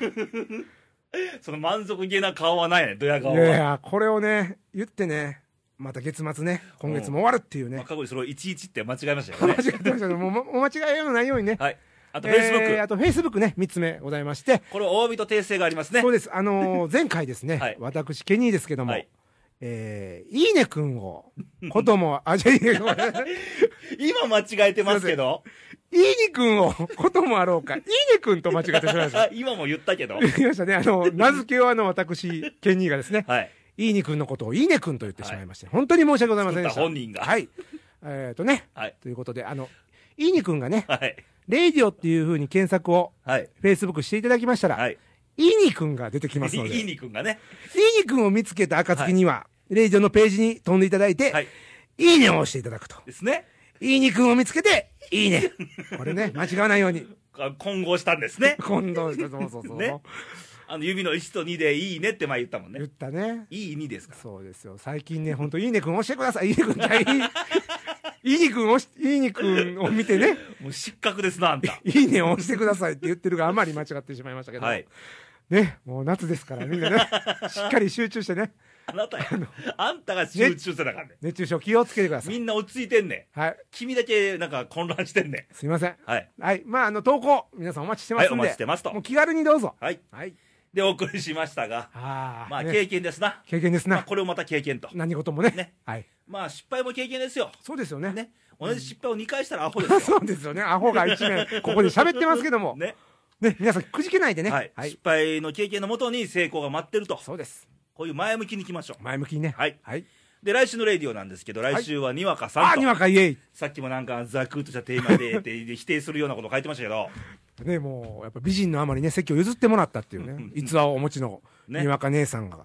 Speaker 1: <laughs> その満足げな顔はないね、ドヤ顔
Speaker 2: い
Speaker 1: は。
Speaker 2: やいや、これをね、言ってね、また月末ね、今月も終わるっていう
Speaker 1: まあ、
Speaker 2: ね。
Speaker 1: 過去にそれを11って間違えましたよ
Speaker 2: <laughs> 間違
Speaker 1: ね
Speaker 2: っ。てましたけど、もうもうお間違えのないようにね。
Speaker 1: はい。あと、
Speaker 2: え
Speaker 1: Facebook
Speaker 2: ー、あと、Facebook ね、3つ目ございまして。
Speaker 1: これ、大人と訂正がありますね
Speaker 2: そう。です。あ
Speaker 1: <laughs>
Speaker 2: のー前回ですね、
Speaker 1: はい
Speaker 2: 私、ケニーですけども、
Speaker 1: はい
Speaker 2: えー、いいねくんを、こ
Speaker 1: <laughs>
Speaker 2: とも、あ、じゃあいいねくんを、
Speaker 1: 今間違えてますけど。
Speaker 2: いいねくんを、こともあろうか、いいねくんと間違ってしまいました。
Speaker 1: 今も言ったけ
Speaker 2: <laughs>
Speaker 1: ど。
Speaker 2: 言いましたね。あの、名付けをあの、私、ケニーがですね、
Speaker 1: はい。
Speaker 2: いいねくんのことをいいねくんと言ってしまいまして、本当に申し訳ございませんでし
Speaker 1: 作
Speaker 2: た。
Speaker 1: った本人が
Speaker 2: はい。えっ、とね、
Speaker 1: はい。
Speaker 2: ということで、あの、いいねくんがね、
Speaker 1: はい。
Speaker 2: レイディオっていう風に検索を、
Speaker 1: はい。
Speaker 2: Facebook していただきましたら、、
Speaker 1: はいい。
Speaker 2: いにくんが出てきますので、
Speaker 1: いい
Speaker 2: いいに
Speaker 1: にくんがね。
Speaker 2: くんを見つけた暁には、レイディオのページに飛んでいただいて、、
Speaker 1: はいい。
Speaker 2: いねを押していただくと。
Speaker 1: ですね。
Speaker 2: いい肉を見つけて、いいね。これね、間違わない
Speaker 1: <laughs>
Speaker 2: ように。
Speaker 1: あ混合したんです
Speaker 2: <laughs>
Speaker 1: ね
Speaker 2: 今度、そうそうそう。
Speaker 1: ねあの指の1と2でいいねって前言ったもん
Speaker 2: 言っ
Speaker 1: ね
Speaker 2: たね。
Speaker 1: いい2ですから
Speaker 2: そうですよ。最近ね、ほんと、いいねくん押してください。いいねくんじゃいい。いいねくん押し、いいねくんを見てね、
Speaker 1: もう失格ですなあんた
Speaker 2: いいねを押してくださいって言ってるがあまり間違ってしまいましたけど。
Speaker 1: はい
Speaker 2: ね、もう夏ですから、みんなね、しっかり集中してね、
Speaker 1: あなたやあんたが集中せなあかんねん
Speaker 2: 熱中症気をつけてくださ
Speaker 1: み
Speaker 2: い。
Speaker 1: んな落ち着いてんねん
Speaker 2: はい。
Speaker 1: 君だけなんか混乱してんね
Speaker 2: すいません。
Speaker 1: んはい
Speaker 2: はい。まあ、あの、投稿、皆さんお待ちしてますん
Speaker 1: は
Speaker 2: で。
Speaker 1: いお待ちしてますと
Speaker 2: もう気軽にどうぞ。
Speaker 1: はい
Speaker 2: はい。
Speaker 1: でお送りしましたが
Speaker 2: ああ。
Speaker 1: まあ
Speaker 2: ね
Speaker 1: 経験ですな、
Speaker 2: 経験です
Speaker 1: まあ、
Speaker 2: な。
Speaker 1: これをまた経験と
Speaker 2: 何事もね。
Speaker 1: ね
Speaker 2: はい。
Speaker 1: まあ失敗も経験ですよ
Speaker 2: そうですよね。
Speaker 1: ね同じ失敗を2回したらアホですよ
Speaker 2: <laughs> そうですよね。アホが一
Speaker 1: <laughs>
Speaker 2: 面、ここで喋ってますけども。ね。
Speaker 1: ね
Speaker 2: 皆さん、くじけないでね。
Speaker 1: はい失敗の経験のもとに成功が待ってると
Speaker 2: そうです。
Speaker 1: こういう前向きにいきましょう
Speaker 2: 前向きにね。
Speaker 1: はい
Speaker 2: はい。
Speaker 1: で来週のレディオなんですけど来週はにわかさん
Speaker 2: あ
Speaker 1: と、
Speaker 2: にわかイエイ。
Speaker 1: さっきもなんかざくっとしたテーマでって否定するようなこと書いてましたけど
Speaker 2: ね、もう、やっぱ美人のあまりね、席を譲ってもらったっていうね、逸話をお持ちの、
Speaker 1: ね
Speaker 2: にわか姉さんが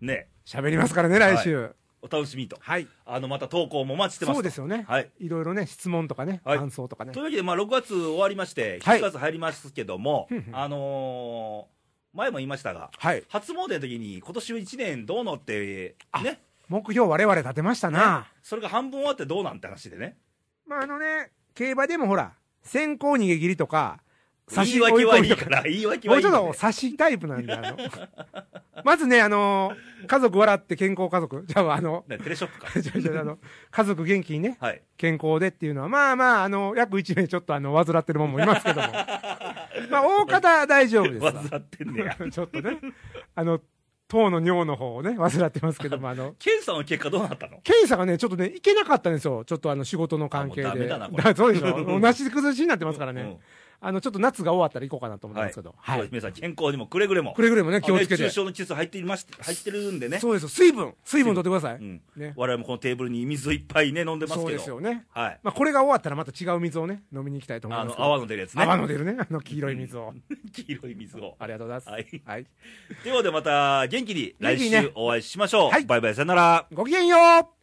Speaker 1: ね
Speaker 2: 喋りますからね、来週。
Speaker 1: お楽しみにと
Speaker 2: はい。
Speaker 1: あのまた投稿もお待ちしてます
Speaker 2: そうですよね。
Speaker 1: はい。
Speaker 2: いろいろね、質問とかね、
Speaker 1: はい
Speaker 2: 感想とかね
Speaker 1: とい。うわけで、まあ、6月終わりまして
Speaker 2: はい
Speaker 1: 7月入りますけども、
Speaker 2: ふんふん
Speaker 1: あのー前も言いましたが
Speaker 2: はい。
Speaker 1: 初詣の時に今年1年どうのって
Speaker 2: あ
Speaker 1: ね
Speaker 2: 目標我々立てましたな。
Speaker 1: それが半分終わってどうなんて話でね
Speaker 2: まあ、あのね、競馬でもほら、先行逃げ切りとか、差
Speaker 1: 言
Speaker 2: し
Speaker 1: い
Speaker 2: 追
Speaker 1: 訳
Speaker 2: い
Speaker 1: は
Speaker 2: 込
Speaker 1: い
Speaker 2: み
Speaker 1: い
Speaker 2: とか、
Speaker 1: から言い訳
Speaker 2: も
Speaker 1: は
Speaker 2: う
Speaker 1: いい
Speaker 2: ち
Speaker 1: か
Speaker 2: ょっ
Speaker 1: ら、
Speaker 2: と差しタイプなんで、あの、まずね、あの家族笑って健康家族。じゃあ、あの、
Speaker 1: ねテレショップ
Speaker 2: <laughs>
Speaker 1: か
Speaker 2: じゃあじゃああの家族元気にね、
Speaker 1: はい
Speaker 2: 健康でっていうのは、まあまあ、あの、約1名ちょっとあの、患ってるもんもいますけど
Speaker 1: <laughs>
Speaker 2: も。まあ、大方は大丈夫です
Speaker 1: わ
Speaker 2: わ
Speaker 1: ず。らってんねや
Speaker 2: <laughs> ちょっとね、あの、糖の尿の方をね、患ってますけども、あの、
Speaker 1: 検査の結果どうなったの
Speaker 2: 検査がね、ちょっとね、行けなかったんですよ。ちょっとあの、仕事の関係で。
Speaker 1: あもうダメだなこれ
Speaker 2: そうで
Speaker 1: <laughs>
Speaker 2: しょ。なし崩しになってますからね。
Speaker 1: うん
Speaker 2: あの、ちょっと夏が終わったら行こうかなと思ってますけど。はい。
Speaker 1: 皆さん健康にもくれぐれも
Speaker 2: くれぐれもね、気をつけ
Speaker 1: 熱中
Speaker 2: て。
Speaker 1: 症の季節入っていまし入ってるんでね
Speaker 2: そうですよ。水分。水分取ってください。
Speaker 1: うん
Speaker 2: ね。
Speaker 1: 我々もこのテーブルに水をいっぱいね飲んでます
Speaker 2: そう
Speaker 1: け
Speaker 2: です
Speaker 1: ど
Speaker 2: よね。
Speaker 1: はい
Speaker 2: まあ、これが終わったらまた違う水をね、飲みに行きたいと思い
Speaker 1: あ
Speaker 2: ます
Speaker 1: の
Speaker 2: けど。
Speaker 1: 泡の出るやつね
Speaker 2: 泡の出るね。あの、黄色い水を。
Speaker 1: <laughs> 黄色い水を
Speaker 2: ありがとうございます。
Speaker 1: はい
Speaker 2: はい。
Speaker 1: ということでまた元気に来
Speaker 2: 元気にね
Speaker 1: 週お会いしましょう、
Speaker 2: はい
Speaker 1: バイバイさよなら
Speaker 2: ごきげんよう